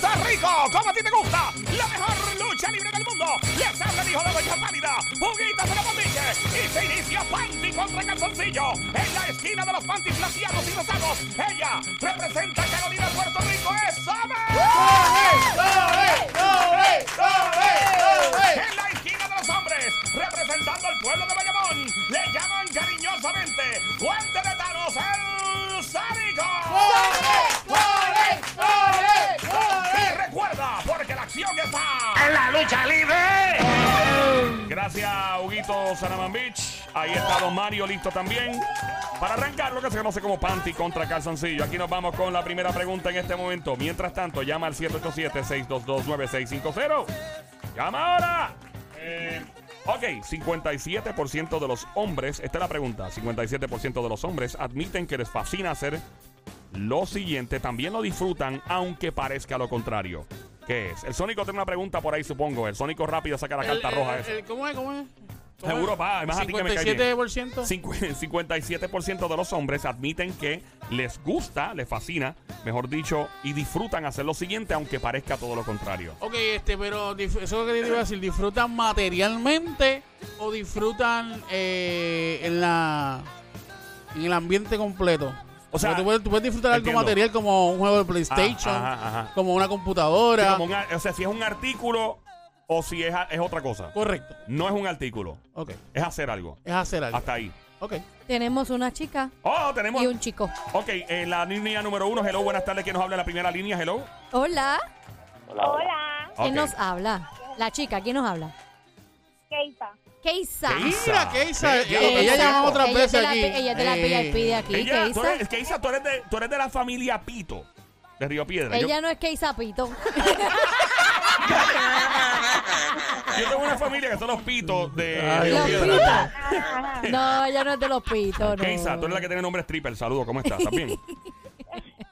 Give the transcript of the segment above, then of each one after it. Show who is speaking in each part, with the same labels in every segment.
Speaker 1: como a ti te gusta, la mejor lucha libre del mundo. Les habla el hijo de Doña Pálida, juguitas de la boliche, y se inicia Panty contra Calzoncillo. En la esquina de los panties plateados y rosados, ella representa a Carolina Puerto Rico, es Summer. En la esquina de los hombres, representando al pueblo de Bayamón, le llaman cariñosamente Guante de Thanos, el Sádico. Y recuerda, porque la acción está en la lucha libre. Gracias, Huguito Sanaman Beach. Ahí está Don Mario, listo también. Para arrancar lo que se conoce como panty contra calzoncillo. Aquí nos vamos con la primera pregunta en este momento. Mientras tanto, llama al 787-622-9650. ¡Llama ahora! Eh, ok, 57% de los hombres, esta es la pregunta, 57% de los hombres admiten que les fascina hacer lo siguiente también lo disfrutan, aunque parezca lo contrario. ¿Qué es? El Sónico tiene una pregunta por ahí, supongo. El Sónico rápido saca la carta
Speaker 2: El-
Speaker 1: roja
Speaker 2: el-
Speaker 1: esa.
Speaker 2: el- ¿Cómo es? ¿Cómo es? ¿Cómo
Speaker 1: Seguro,
Speaker 2: es?
Speaker 1: pa, además a ti que me cae bien.
Speaker 2: 57%.
Speaker 1: Cincu- 57% de los hombres admiten que les gusta, les fascina, mejor dicho, y disfrutan hacer lo siguiente, aunque parezca todo lo contrario.
Speaker 2: Ok, este, pero dif- eso es lo que te iba a decir. ¿Disfrutan materialmente o disfrutan eh, en la en el ambiente completo?
Speaker 1: O
Speaker 2: O
Speaker 1: sea,
Speaker 2: sea, tú puedes, tú puedes disfrutar algo
Speaker 1: entiendo.
Speaker 2: material como un juego de PlayStation,
Speaker 1: Ah, ajá, ajá.
Speaker 2: como una computadora.
Speaker 1: Sí, como un ar- o sea, si es un artículo o si es, a- es otra cosa.
Speaker 2: Correcto.
Speaker 1: No es un artículo,
Speaker 2: Ok.
Speaker 1: es hacer algo.
Speaker 2: Es hacer algo.
Speaker 1: Hasta ahí.
Speaker 2: Ok.
Speaker 3: Tenemos una chica
Speaker 1: Oh, tenemos.
Speaker 3: y un chico.
Speaker 1: Ok, eh, la línea número uno, hello, buenas tardes. ¿Quién nos habla en la primera línea? Hello.
Speaker 3: Hola.
Speaker 4: Hola,
Speaker 3: ¿Quién
Speaker 1: Ok.
Speaker 3: nos habla? La chica, ¿quién nos habla?
Speaker 4: Keita.
Speaker 3: Keisa.
Speaker 1: Keisa.
Speaker 2: Mira, Keisa.
Speaker 1: Ya- ya
Speaker 2: eh,
Speaker 1: lo
Speaker 2: ella
Speaker 1: tengo
Speaker 2: llamó
Speaker 1: tiempo.
Speaker 2: otras
Speaker 3: Ella es de
Speaker 2: veces
Speaker 3: la
Speaker 2: aquí.
Speaker 3: P- Ella es de la
Speaker 2: Eh,
Speaker 3: PIP de aquí.
Speaker 1: Ella, tú
Speaker 3: Keisa.
Speaker 1: eres, Keisa, tú eres, de, tú eres de la familia Pito, de Río Piedra. Yo-
Speaker 3: Ella no es Keisa Pito.
Speaker 1: Yo tengo una familia que son los pitos de
Speaker 2: Ay,
Speaker 1: Río
Speaker 3: Los
Speaker 1: Piedra.
Speaker 3: pitos. No, ella no es de los pitos, no.
Speaker 1: Keisa, tú eres la que tiene nombre stripper. Saludos, ¿cómo estás? ¿Estás bien?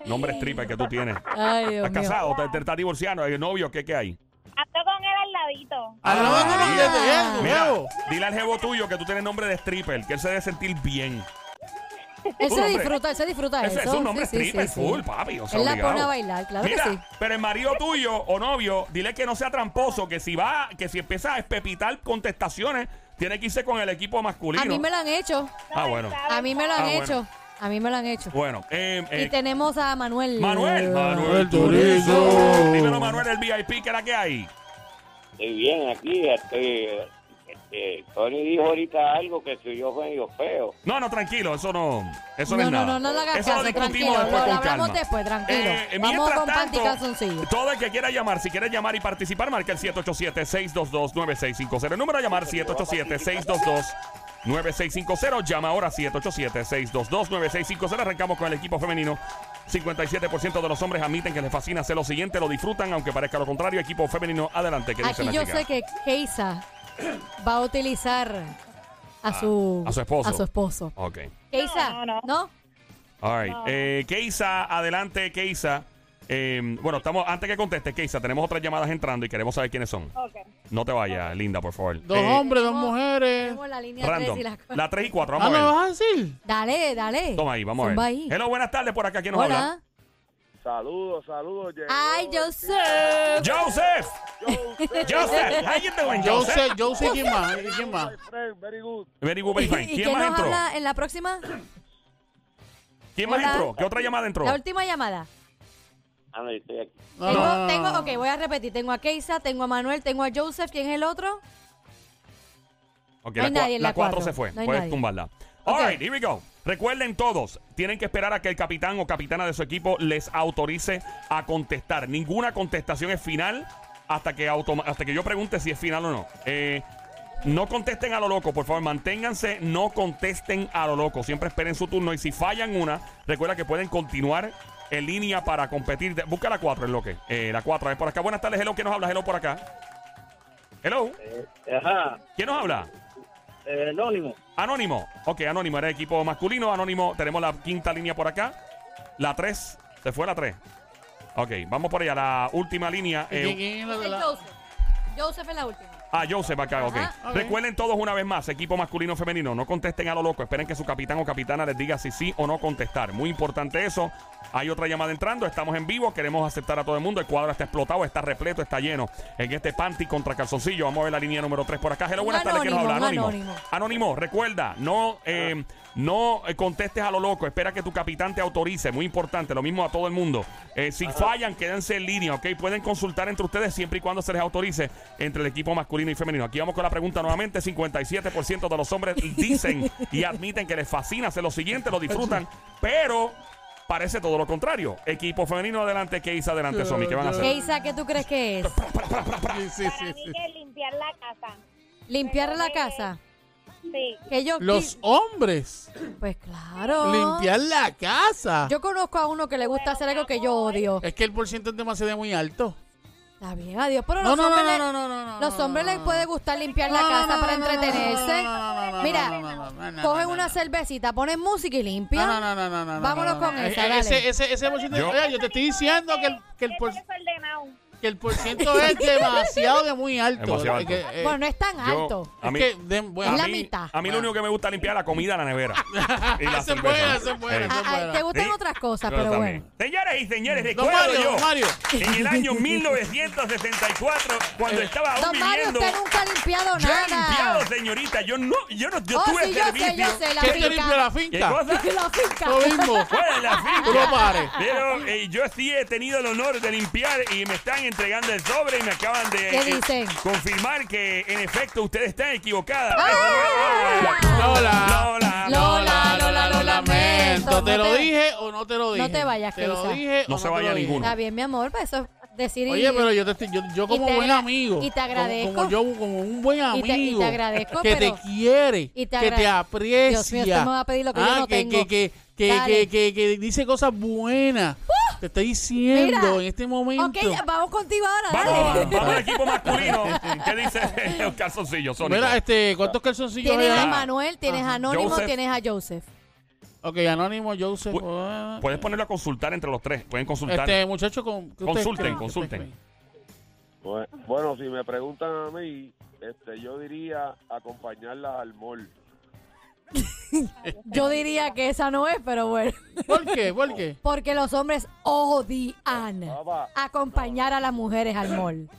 Speaker 1: nombre stripper que tú tienes.
Speaker 3: Ay, Dios
Speaker 1: ¿Estás
Speaker 3: mío.
Speaker 1: casado? ¿Te, te estás divorciando? ¿Hay novio? ¿Qué, qué hay?
Speaker 4: Ando con él al ladito.
Speaker 2: Ah, no, no, no,
Speaker 1: María.
Speaker 2: desde él, de
Speaker 1: Mira,
Speaker 2: nuevo.
Speaker 1: dile al jevo tuyo que tú tienes nombre de stripper, que él se debe sentir bien.
Speaker 3: Él
Speaker 1: Tu
Speaker 3: se
Speaker 1: nombre.
Speaker 3: disfruta, él se disfruta
Speaker 1: Ese
Speaker 3: eso.
Speaker 1: es un nombre
Speaker 3: Sí, sí,
Speaker 1: stripper
Speaker 3: sí, sí.
Speaker 1: full, papi. O sea,
Speaker 3: Él la
Speaker 1: obligado.
Speaker 3: pone a bailar, claro
Speaker 1: Mira,
Speaker 3: que sí.
Speaker 1: Pero el marido tuyo o novio, dile que no sea tramposo, que si va, que si empieza a espepitar contestaciones, tiene que irse con el equipo masculino.
Speaker 3: A mí me lo han hecho.
Speaker 1: Ah, bueno.
Speaker 3: A mí me lo han
Speaker 1: Ah, bueno.
Speaker 3: hecho. A mí me lo han hecho.
Speaker 1: Bueno, eh, eh,
Speaker 3: y tenemos a Manuel.
Speaker 1: Manuel. Manuel
Speaker 2: Turizo.
Speaker 1: Dímelo, Manuel, el VIP, que era que hay.
Speaker 5: Estoy bien aquí, estoy... Este, Tony dijo ahorita algo que soy yo medio feo.
Speaker 1: No, no, tranquilo, eso no, eso no,
Speaker 3: No,
Speaker 1: es
Speaker 3: no,
Speaker 1: nada.
Speaker 3: no, no le hagas
Speaker 1: eso lo
Speaker 3: caso,
Speaker 1: discutimos
Speaker 3: tranquilo,
Speaker 1: después
Speaker 3: lo
Speaker 1: con
Speaker 3: hablamos
Speaker 1: calma. Eh,
Speaker 3: después, tranquilo. Vamos
Speaker 1: mientras
Speaker 3: con panty
Speaker 1: tanto,
Speaker 3: calzoncillo.
Speaker 1: Todo el que quiera llamar, si quiere llamar y participar, marca el 787-622-9650. El número a llamar 787-622-9650. Llama ahora 787-622-9650. Arrancamos con el equipo femenino. 57% de los hombres admiten que les fascina hacer lo siguiente, lo disfrutan, aunque parezca lo contrario. Equipo femenino, adelante. ¿qué dice
Speaker 3: Aquí
Speaker 1: la
Speaker 3: yo
Speaker 1: chica?
Speaker 3: sé que Keisa va a utilizar a su,
Speaker 1: Ah, a su esposo.
Speaker 3: A su esposo.
Speaker 1: Ok.
Speaker 3: Keisa,
Speaker 4: No, no,
Speaker 1: All right. Eh, Keisa, adelante, Keisa. Eh, bueno, estamos antes que conteste, Keisa, tenemos otras llamadas entrando y queremos saber quiénes son.
Speaker 4: Ok.
Speaker 1: No te vayas, linda, por favor.
Speaker 2: Dos
Speaker 1: Eh,
Speaker 2: hombres, dos mujeres.
Speaker 3: Tenemos la línea
Speaker 1: Random.
Speaker 3: 3 y la cuatro.
Speaker 1: La 3 y 4,
Speaker 2: Ah,
Speaker 1: vamos
Speaker 2: ¿me
Speaker 1: a ver.
Speaker 2: vas a decir?
Speaker 3: Dale, dale.
Speaker 1: Toma ahí, vamos a ver.
Speaker 3: Zumba ahí.
Speaker 1: Hello, buenas tardes por acá. ¿Quién nos habla?
Speaker 3: Hola.
Speaker 5: Saludos, saludos. llegó
Speaker 3: Ay,
Speaker 5: el
Speaker 3: yo sé.
Speaker 1: Joseph.
Speaker 5: Joseph.
Speaker 1: Joseph. How you doing,
Speaker 2: Yo
Speaker 1: Joseph?
Speaker 2: sé, yo sé quién más. ¿Quién más?
Speaker 5: My friend, very good.
Speaker 1: Very good, very fine.
Speaker 3: ¿Y
Speaker 1: ¿Quién
Speaker 3: quién
Speaker 1: más
Speaker 3: nos
Speaker 1: entró?
Speaker 3: habla en la próxima?
Speaker 1: ¿Quién más
Speaker 3: Hola.
Speaker 1: entró? ¿Qué otra llamada entró?
Speaker 3: La última llamada.
Speaker 5: Ah, no, yo estoy aquí.
Speaker 2: No,
Speaker 3: tengo,
Speaker 2: no, no,
Speaker 3: tengo,
Speaker 2: no.
Speaker 3: ok, voy a repetir. Tengo a Keisa, tengo a Manuel, tengo a Joseph. ¿Quién es el otro?
Speaker 1: Ok,
Speaker 3: No hay
Speaker 1: la,
Speaker 3: nadie en la
Speaker 1: 4 se
Speaker 3: cuatro.
Speaker 1: fue.
Speaker 3: No hay
Speaker 1: Puedes
Speaker 3: nadie.
Speaker 1: tumbarla. All
Speaker 3: Ok.
Speaker 1: right, here we go. Recuerden todos, tienen que esperar a que el capitán o capitana de su equipo les autorice a contestar. Ninguna contestación es final hasta que, automa- hasta que yo pregunte si es final o no. Eh, no contesten a lo loco, por favor, manténganse, no contesten a lo loco. Siempre esperen su turno y si fallan una, recuerda que pueden continuar en línea para competir. De- Busca la 4, es lo que. eh, la 4 es por acá. Buenas tardes, hello, ¿quién nos habla? Hello por acá. Hello,
Speaker 5: Eh, Ajá,
Speaker 1: ¿quién nos habla?
Speaker 5: eh, anónimo.
Speaker 1: Anónimo. Ok, Anónimo era equipo masculino. Anónimo, tenemos la quinta línea por acá. La 3. Se fue la 3. Ok, vamos por allá. La última línea.
Speaker 2: ¿Y
Speaker 1: eh,
Speaker 2: quién- quién es la de
Speaker 3: Es
Speaker 2: la-
Speaker 3: Joseph. Joseph es la última.
Speaker 1: Ah, Joseph acá, ok.
Speaker 3: Ajá,
Speaker 2: ok.
Speaker 1: Recuerden todos una vez más, equipo masculino o femenino, no contesten a lo loco, esperen que su capitán o capitana les diga si sí o no contestar. Muy importante eso. Hay otra llamada entrando, estamos en vivo, queremos aceptar a todo el mundo. El cuadro está explotado, está repleto, está lleno. En este panty contra calzoncillo, vamos a ver la línea número 3 por acá. Hello, buenas tardes, ¿qué nos habla?
Speaker 3: Anónimo,
Speaker 1: Anónimo.
Speaker 3: anónimo.
Speaker 1: Anónimo, recuerda, no, eh, no eh, contestes a lo loco, espera que tu capitán te autorice, muy importante, lo mismo a todo el mundo. Eh, si fallan, quédense en línea, ¿ok? Pueden consultar entre ustedes siempre y cuando se les autorice entre el equipo masculino y femenino. Aquí vamos con la pregunta nuevamente, 57% de los hombres dicen y admiten que les fascina hacer lo siguiente, lo disfrutan, pero parece todo lo contrario. Equipo femenino adelante, Keisa adelante, Somi, ¿qué van a hacer?
Speaker 3: Keisa, ¿qué tú crees que es?
Speaker 2: Sí, sí,
Speaker 4: Para
Speaker 2: sí,
Speaker 4: mí
Speaker 2: sí.
Speaker 4: que es limpiar la casa.
Speaker 3: Limpiar la casa.
Speaker 4: Sí.
Speaker 3: Que yo
Speaker 2: Los
Speaker 3: qui-
Speaker 2: hombres.
Speaker 3: Pues claro.
Speaker 2: Limpiar la casa.
Speaker 3: Yo conozco a uno que le gusta hacer algo que yo odio.
Speaker 2: Es que el porcentaje es demasiado muy alto.
Speaker 3: Está bien, adiós. Pero
Speaker 2: No,
Speaker 3: los
Speaker 2: no, no,
Speaker 3: hombres,
Speaker 2: no,
Speaker 3: le-
Speaker 2: no, no, no, no,
Speaker 3: los
Speaker 2: no,
Speaker 3: hombres
Speaker 2: no,
Speaker 3: les
Speaker 2: no.
Speaker 3: puede gustar limpiar
Speaker 2: No,
Speaker 3: la
Speaker 2: no,
Speaker 3: casa
Speaker 2: no, no,
Speaker 3: para
Speaker 2: no, no, no,
Speaker 3: entretenerse.
Speaker 2: no, no, no, no, no, no, no,
Speaker 3: Mira,
Speaker 2: no, no,
Speaker 3: cogen
Speaker 2: no,
Speaker 3: una
Speaker 2: no.
Speaker 3: cervecita, ponen música y
Speaker 2: No,
Speaker 3: limpian.
Speaker 2: no, no, no, no, no, no,
Speaker 3: Vámonos
Speaker 2: no, no.
Speaker 3: con
Speaker 2: Eh,
Speaker 3: esa, dale.
Speaker 2: Ese, ese, ese porciento.
Speaker 1: Yo-
Speaker 2: Oye, Ah, yo te estoy diciendo que el, que el, por,
Speaker 4: es desordenado.
Speaker 2: que el porciento es demasiado de muy alto.
Speaker 1: Demasiado alto.
Speaker 2: Que, eh,
Speaker 3: Bueno, no es tan
Speaker 1: Yo-
Speaker 3: alto.
Speaker 1: a
Speaker 2: es
Speaker 1: mí-
Speaker 2: que de- bueno,
Speaker 3: Es la
Speaker 1: a mí-
Speaker 3: mitad.
Speaker 1: A mí lo único que me gusta es limpiar la comida a la nevera. y la
Speaker 2: Eso es
Speaker 1: cerveza.
Speaker 2: bueno, eso es bueno,
Speaker 1: Ey.
Speaker 2: eso es
Speaker 3: Ah, ah,
Speaker 2: bueno.
Speaker 3: Te gustan
Speaker 1: Sí.
Speaker 3: otras cosas,
Speaker 1: Pero
Speaker 3: pero
Speaker 1: también.
Speaker 3: bueno.
Speaker 1: Señores y señores,
Speaker 2: Don
Speaker 1: recuerdo
Speaker 2: Mario,
Speaker 1: yo
Speaker 2: don Mario.
Speaker 1: en el año 1964,
Speaker 2: Eh,
Speaker 1: cuando estaba aún
Speaker 3: Don Mario,
Speaker 1: viviendo.
Speaker 3: usted nunca ha limpiado
Speaker 1: Yo he limpiado,
Speaker 3: nada.
Speaker 1: señorita. Yo no, yo no, yo
Speaker 3: oh,
Speaker 1: tuve
Speaker 3: sí, yo sé,
Speaker 1: servicio.
Speaker 3: yo sé, la
Speaker 2: este ¿Quién te limpió la
Speaker 3: finca.
Speaker 1: ¿Qué
Speaker 2: finca?
Speaker 1: cosa?
Speaker 3: La finca.
Speaker 2: Lo mismo.
Speaker 1: Fuera de la finca.
Speaker 2: Tú no pares.
Speaker 1: Pero eh, yo sí he tenido el honor de limpiar y me están entregando el sobre y me acaban de
Speaker 3: ¿Qué
Speaker 1: eh,
Speaker 3: dicen?
Speaker 1: confirmar que en efecto ustedes están equivocadas.
Speaker 2: Lola.
Speaker 1: Lola.
Speaker 3: ¡Ah! Lola, Lola, lo lamento.
Speaker 2: ¿Te
Speaker 3: No
Speaker 2: lo
Speaker 3: te-
Speaker 2: dije o no te lo dije?
Speaker 3: No te vayas,
Speaker 2: Te lo
Speaker 3: Keisa.
Speaker 2: dije
Speaker 1: No
Speaker 2: o
Speaker 1: se
Speaker 2: te
Speaker 1: vaya
Speaker 2: lo dije?
Speaker 1: ninguno.
Speaker 3: Está bien, mi amor, para eso es decir. y-
Speaker 2: Oye, pero yo, te estoy, yo, yo como
Speaker 3: te
Speaker 2: buen
Speaker 3: agra-
Speaker 2: amigo.
Speaker 3: y te
Speaker 2: como-
Speaker 3: agradezco.
Speaker 2: Como, yo, como un buen
Speaker 3: Y
Speaker 2: amigo.
Speaker 3: te- y te agradezco,
Speaker 2: Que
Speaker 3: pero-
Speaker 2: te quiere.
Speaker 3: y te
Speaker 2: que te
Speaker 3: agra-
Speaker 2: aprecia.
Speaker 3: Dios mío, usted me va a pedir lo que yo
Speaker 2: Ah,
Speaker 3: no
Speaker 2: que,
Speaker 3: tengo.
Speaker 2: Que, que, que,
Speaker 3: Dale. ¡Uh!
Speaker 2: que, que- que dice cosas buenas. te estoy diciendo
Speaker 3: Mira.
Speaker 2: en este momento.
Speaker 3: Ok, vamos contigo ahora,
Speaker 1: Vamos,
Speaker 3: dale.
Speaker 1: vamos al equipo masculino. ¿Qué dice el calzoncillo, Sónico?
Speaker 2: Mira, este, ¿cuántos calzoncillos hay
Speaker 3: Tienes a
Speaker 2: ahí?
Speaker 3: Manuel, tienes a Anónimo,
Speaker 1: Joseph.
Speaker 3: tienes a Joseph.
Speaker 2: Ok, Anónimo, Joseph.
Speaker 1: Pu-
Speaker 2: ah.
Speaker 1: Puedes ponerlo a consultar entre los tres. Pueden consultar.
Speaker 2: Este muchacho con. ¿qué ustedes
Speaker 1: Consulten,
Speaker 2: creen?
Speaker 1: consulten.
Speaker 2: ¿Qué ustedes creen?
Speaker 6: Bue- Bueno, si me preguntan a mí, este, yo diría acompañarla al mall.
Speaker 3: Yo diría que esa no es, pero bueno.
Speaker 2: ¿Por qué? ¿Por qué?
Speaker 3: Porque los hombres odian
Speaker 6: Papá,
Speaker 3: acompañar a las mujeres al mall.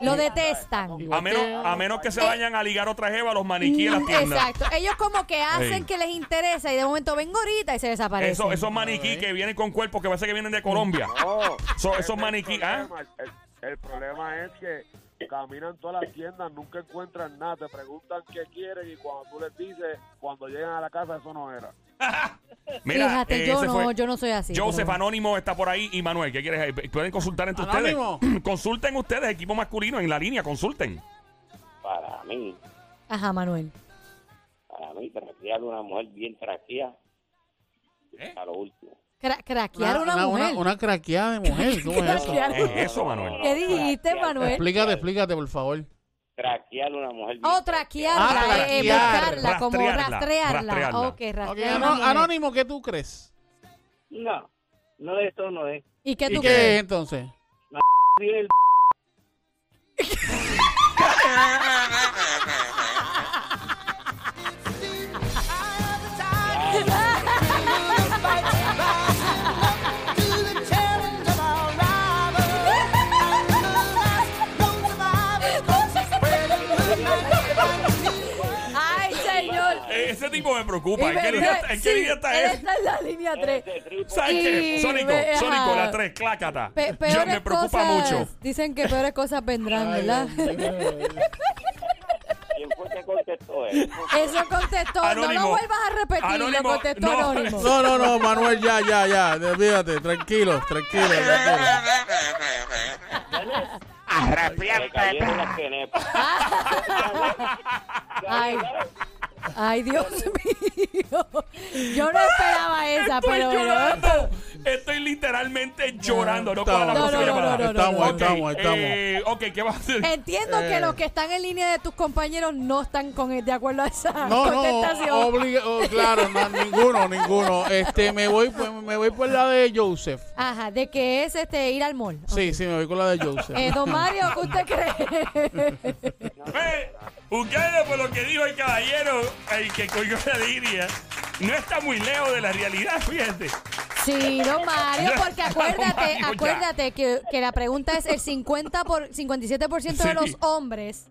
Speaker 3: Lo detestan.
Speaker 1: A menos,
Speaker 2: este,
Speaker 1: a menos que se vayan a ligar otra jeva a los maniquíes de las tiendas.
Speaker 3: eh, Exacto. Ellos como que hacen que les interesa y de momento vengo ahorita y se desaparecen.
Speaker 1: Eso, esos maniquí que vienen con cuerpos que parece que vienen de Colombia.
Speaker 6: no.
Speaker 1: So-
Speaker 6: Ese
Speaker 1: esos
Speaker 6: es
Speaker 1: maniquí-
Speaker 6: Oh. el
Speaker 1: ¿ah?
Speaker 6: problema. El, el problema es que caminan todas las tiendas, nunca encuentran nada, te preguntan qué quieren y cuando tú les dices, cuando llegan a la casa, eso no era.
Speaker 1: Mira,
Speaker 3: Fíjate,
Speaker 1: eh,
Speaker 3: yo
Speaker 1: ese
Speaker 3: no,
Speaker 1: fue-
Speaker 3: yo no soy así.
Speaker 1: Joseph
Speaker 3: pero bueno.
Speaker 1: Anónimo está por ahí y Manuel, ¿qué quieres? ahí? Pueden consultar entre
Speaker 2: Anónimo.
Speaker 1: ustedes. Consulten ustedes, equipo masculino, en la línea, consulten.
Speaker 5: Para mí,
Speaker 3: Ajá, Manuel.
Speaker 5: para mí, traquear una mujer bien traquea
Speaker 1: ¿Eh?
Speaker 5: a lo último.
Speaker 3: Cra- craquear a una, mujer.
Speaker 2: Una, craqueada de mujer. ¿Cómo es eso?
Speaker 3: Craquear.
Speaker 1: ¿Qué es eso, Manuel?
Speaker 3: ¿Qué dijiste,
Speaker 5: traquear-
Speaker 3: Manuel?
Speaker 2: Explícate, explícate, por favor.
Speaker 5: Traquear una mujer bien
Speaker 3: O
Speaker 2: Ah,
Speaker 3: traquearla, eh,
Speaker 2: traquear.
Speaker 3: buscarla, como
Speaker 1: Rastrearla,
Speaker 3: rastrearla.
Speaker 1: rastrearla.
Speaker 3: Ok, rastrear
Speaker 2: Ok,
Speaker 3: a una
Speaker 2: ano-
Speaker 3: mujer.
Speaker 2: anónimo, ¿qué tú crees?
Speaker 5: No, no de esto no es.
Speaker 3: ¿Y qué
Speaker 2: ¿Y
Speaker 3: tú
Speaker 2: qué
Speaker 3: crees?
Speaker 2: es entonces?
Speaker 5: Fiel.
Speaker 3: Ay, señor.
Speaker 1: Eh, Ese tipo me preocupa.
Speaker 3: Y
Speaker 1: ¿En qué
Speaker 3: me-
Speaker 1: línea, está- en qué
Speaker 3: sí,
Speaker 1: línea está
Speaker 3: él
Speaker 1: él?
Speaker 3: está en la línea 3.
Speaker 5: Ese tripo.
Speaker 1: ¿Sabes
Speaker 3: Y
Speaker 1: qué? Sónico,
Speaker 3: ve-
Speaker 1: Sónico,
Speaker 3: ajá.
Speaker 1: la tres, clácata.
Speaker 3: Pe-
Speaker 1: Yo
Speaker 3: peores
Speaker 1: me preocupa
Speaker 3: cosas-
Speaker 1: mucho.
Speaker 3: Dicen que peores cosas vendrán,
Speaker 2: Ay,
Speaker 3: ¿verdad?
Speaker 2: Dios mío.
Speaker 5: ¿Quién fue que contestó eso?
Speaker 3: Eso contestó. No
Speaker 1: Anónimo.
Speaker 3: lo vuelvas a repetir.
Speaker 1: Anónimo,
Speaker 3: Lo contestó
Speaker 1: no.
Speaker 3: Anónimo.
Speaker 2: No, no, no, Manuel, ya, ya, ya. Olvídate, tranquilo, tranquilo, tranquilo.
Speaker 5: Le cayeron las quenepas.
Speaker 3: Ay, ay, Dios mío. Yo no esperaba esa,
Speaker 1: Estoy
Speaker 3: pero bueno.
Speaker 1: llorando. Estoy literalmente llorando. No, puedo la
Speaker 3: no,
Speaker 1: próxima
Speaker 3: no,
Speaker 1: llamada.
Speaker 3: no, no, no,
Speaker 2: Estamos,
Speaker 3: no.
Speaker 2: estamos,
Speaker 1: Ok,
Speaker 2: estamos.
Speaker 1: eh, ok, ¿qué vas a hacer?
Speaker 3: Entiendo que
Speaker 2: Eh.
Speaker 3: los que están en línea de tus compañeros no están con, de acuerdo a esa
Speaker 2: No, no,
Speaker 3: contestación.
Speaker 2: obli- oh, claro, no, ninguno, ninguno. Este, me voy, pues, me me voy por la de Joseph.
Speaker 3: Ajá, de que es este ir al mall.
Speaker 2: Sí, sí, me voy con la de Joseph.
Speaker 3: Eh, don Mario, ¿qué usted cree?
Speaker 1: Eh, Juzgando por lo que dijo el caballero, el que cogió la diria, no está muy lejos de la realidad, fíjate.
Speaker 3: Sí, don Mario, porque acuérdate,
Speaker 1: Mario, ya.
Speaker 3: acuérdate que, que la pregunta es el 50 por 57%
Speaker 1: Sí.
Speaker 3: de los hombres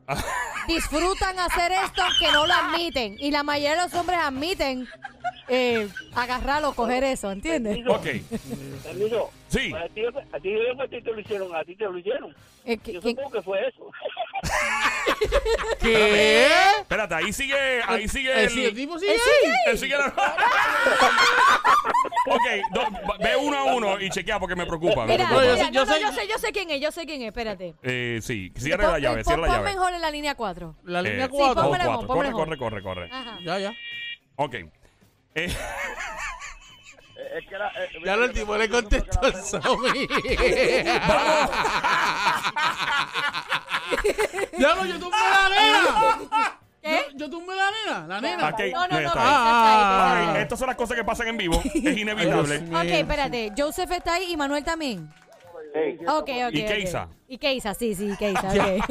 Speaker 3: disfrutan hacer esto que no lo admiten y la mayoría de los hombres admiten eh, agarrarlo, coger eso, ¿entiendes?
Speaker 1: Ok,
Speaker 5: Permiso.
Speaker 1: Sí.
Speaker 5: A ti, a ti, a ti te lo hicieron, a ti te lo hicieron.
Speaker 3: Eh, que-
Speaker 5: Yo
Speaker 3: que-
Speaker 5: supongo que fue eso.
Speaker 2: ¿Qué?
Speaker 1: espérate, ahí sigue, ahí sigue
Speaker 2: Eh, sí, el
Speaker 1: el...
Speaker 2: tipo sigue ahí.
Speaker 1: Él sigue la- ok, do- ve uno a uno y chequea porque me preocupa. me
Speaker 3: Mira,
Speaker 1: preocupa.
Speaker 2: yo
Speaker 3: mira,
Speaker 2: sé-
Speaker 3: no,
Speaker 2: yo
Speaker 3: no,
Speaker 2: sé-
Speaker 3: yo sé, yo sé quién es, yo sé quién es, espérate.
Speaker 1: Eh, sí, cierra la
Speaker 3: Pon-
Speaker 1: llave,
Speaker 3: pon-
Speaker 1: cierra la
Speaker 3: pon
Speaker 1: llave.
Speaker 3: mejor en la línea 4.
Speaker 2: La
Speaker 1: Eh,
Speaker 2: línea
Speaker 1: o
Speaker 2: 4.
Speaker 1: cuatro.
Speaker 3: pónmela mejor, Ah.
Speaker 1: corre, corre,
Speaker 3: pónmela
Speaker 1: corre, corre.
Speaker 3: Ajá.
Speaker 2: ya, ya.
Speaker 1: Ok. Eh,
Speaker 6: Eh, Es que la, eh,
Speaker 2: Ya lo el
Speaker 6: mira,
Speaker 2: tipo le
Speaker 6: yo creo que la
Speaker 2: contestó al
Speaker 6: pregunta-
Speaker 2: Sammy.
Speaker 3: Ah.
Speaker 2: ya lo, yo tumbé la nena.
Speaker 3: ¿Qué?
Speaker 2: Yo, yo tumbé la nena, la nena.
Speaker 1: Ah, ok,
Speaker 3: No, no,
Speaker 1: ya está.
Speaker 3: no, está
Speaker 2: Ah.
Speaker 3: ahí, está ahí.
Speaker 1: Estas son las cosas que pasan en vivo. Es
Speaker 2: Ay,
Speaker 1: inevitable.
Speaker 2: Dios.
Speaker 3: Ok,
Speaker 2: Mira.
Speaker 3: espérate. Joseph está ahí y Manuel también.
Speaker 5: Sí.
Speaker 3: Ok, ok.
Speaker 1: Y
Speaker 3: ok.
Speaker 1: Keisa.
Speaker 3: Y Keisa, sí, sí, Keisa. ok.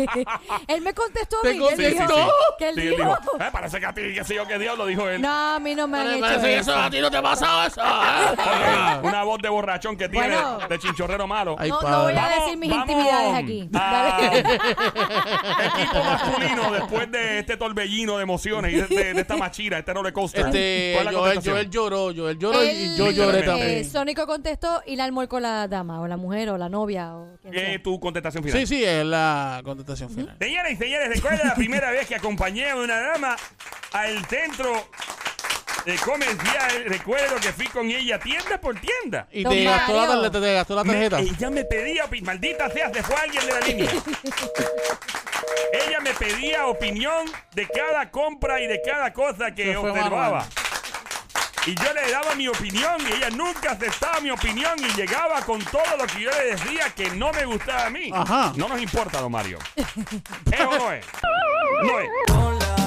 Speaker 3: él me contestó a
Speaker 2: ¿Te
Speaker 3: mí. él
Speaker 2: contestó?
Speaker 3: dijo
Speaker 2: Sí, sí,
Speaker 3: Que él
Speaker 1: Sí, él
Speaker 3: dijo.
Speaker 1: dijo, "Eh, parece que a ti, qué sé yo, qué diablo dijo él.
Speaker 3: No, a mí no me han
Speaker 2: Pero
Speaker 3: hecho
Speaker 2: parece que
Speaker 3: eso.
Speaker 2: eso a ti no te ha pasado eso.
Speaker 1: Ok,
Speaker 2: ¿eh?
Speaker 1: Una voz de borrachón que tiene,
Speaker 3: Ah. Bueno.
Speaker 1: de chinchorrero malo.
Speaker 2: Ay,
Speaker 3: no, no
Speaker 2: padre.
Speaker 3: voy a
Speaker 1: Vamos,
Speaker 3: decir mis
Speaker 1: vamos
Speaker 3: intimidades aquí.
Speaker 1: a-
Speaker 3: Dale.
Speaker 1: Equipo masculino, después de este torbellino de emociones y de, de- de esta machira, este roller coaster.
Speaker 2: Este,
Speaker 1: ¿Cuál es la
Speaker 2: Joel,
Speaker 1: contestación?
Speaker 2: Joel lloró, Joel lloró y-
Speaker 3: Él-
Speaker 2: y yo lloré
Speaker 1: Literalmente.
Speaker 2: también.
Speaker 3: Eh, Sónico contestó y la almuerzo con la dama, o la mujer, o la novia, o quien
Speaker 1: ¿Qué
Speaker 3: sea.
Speaker 1: es Eh, tu contestación final?
Speaker 2: Sí, sí, es la contestación final.
Speaker 1: Señoras y señores, recuerda la primera vez que acompañé a una dama al centro de comercial. Recuerdo que fui con ella tienda por tienda.
Speaker 2: Y
Speaker 3: Don
Speaker 2: te gastó, la,
Speaker 3: Mario.
Speaker 2: tarjeta- te gastó la
Speaker 1: Me-
Speaker 2: tarjeta.
Speaker 1: ella me pedía, opi- maldita sea, se fue alguien de la línea. ella me pedía opinión de cada compra y de cada cosa que
Speaker 2: Se fue
Speaker 1: observaba.
Speaker 2: Manuel.
Speaker 1: Y yo le daba mi opinión y ella nunca aceptaba mi opinión y llegaba con todo lo que yo le decía que no me gustaba a mí.
Speaker 2: Ajá.
Speaker 1: No nos importa, don Mario. ¿Es o no es? No es.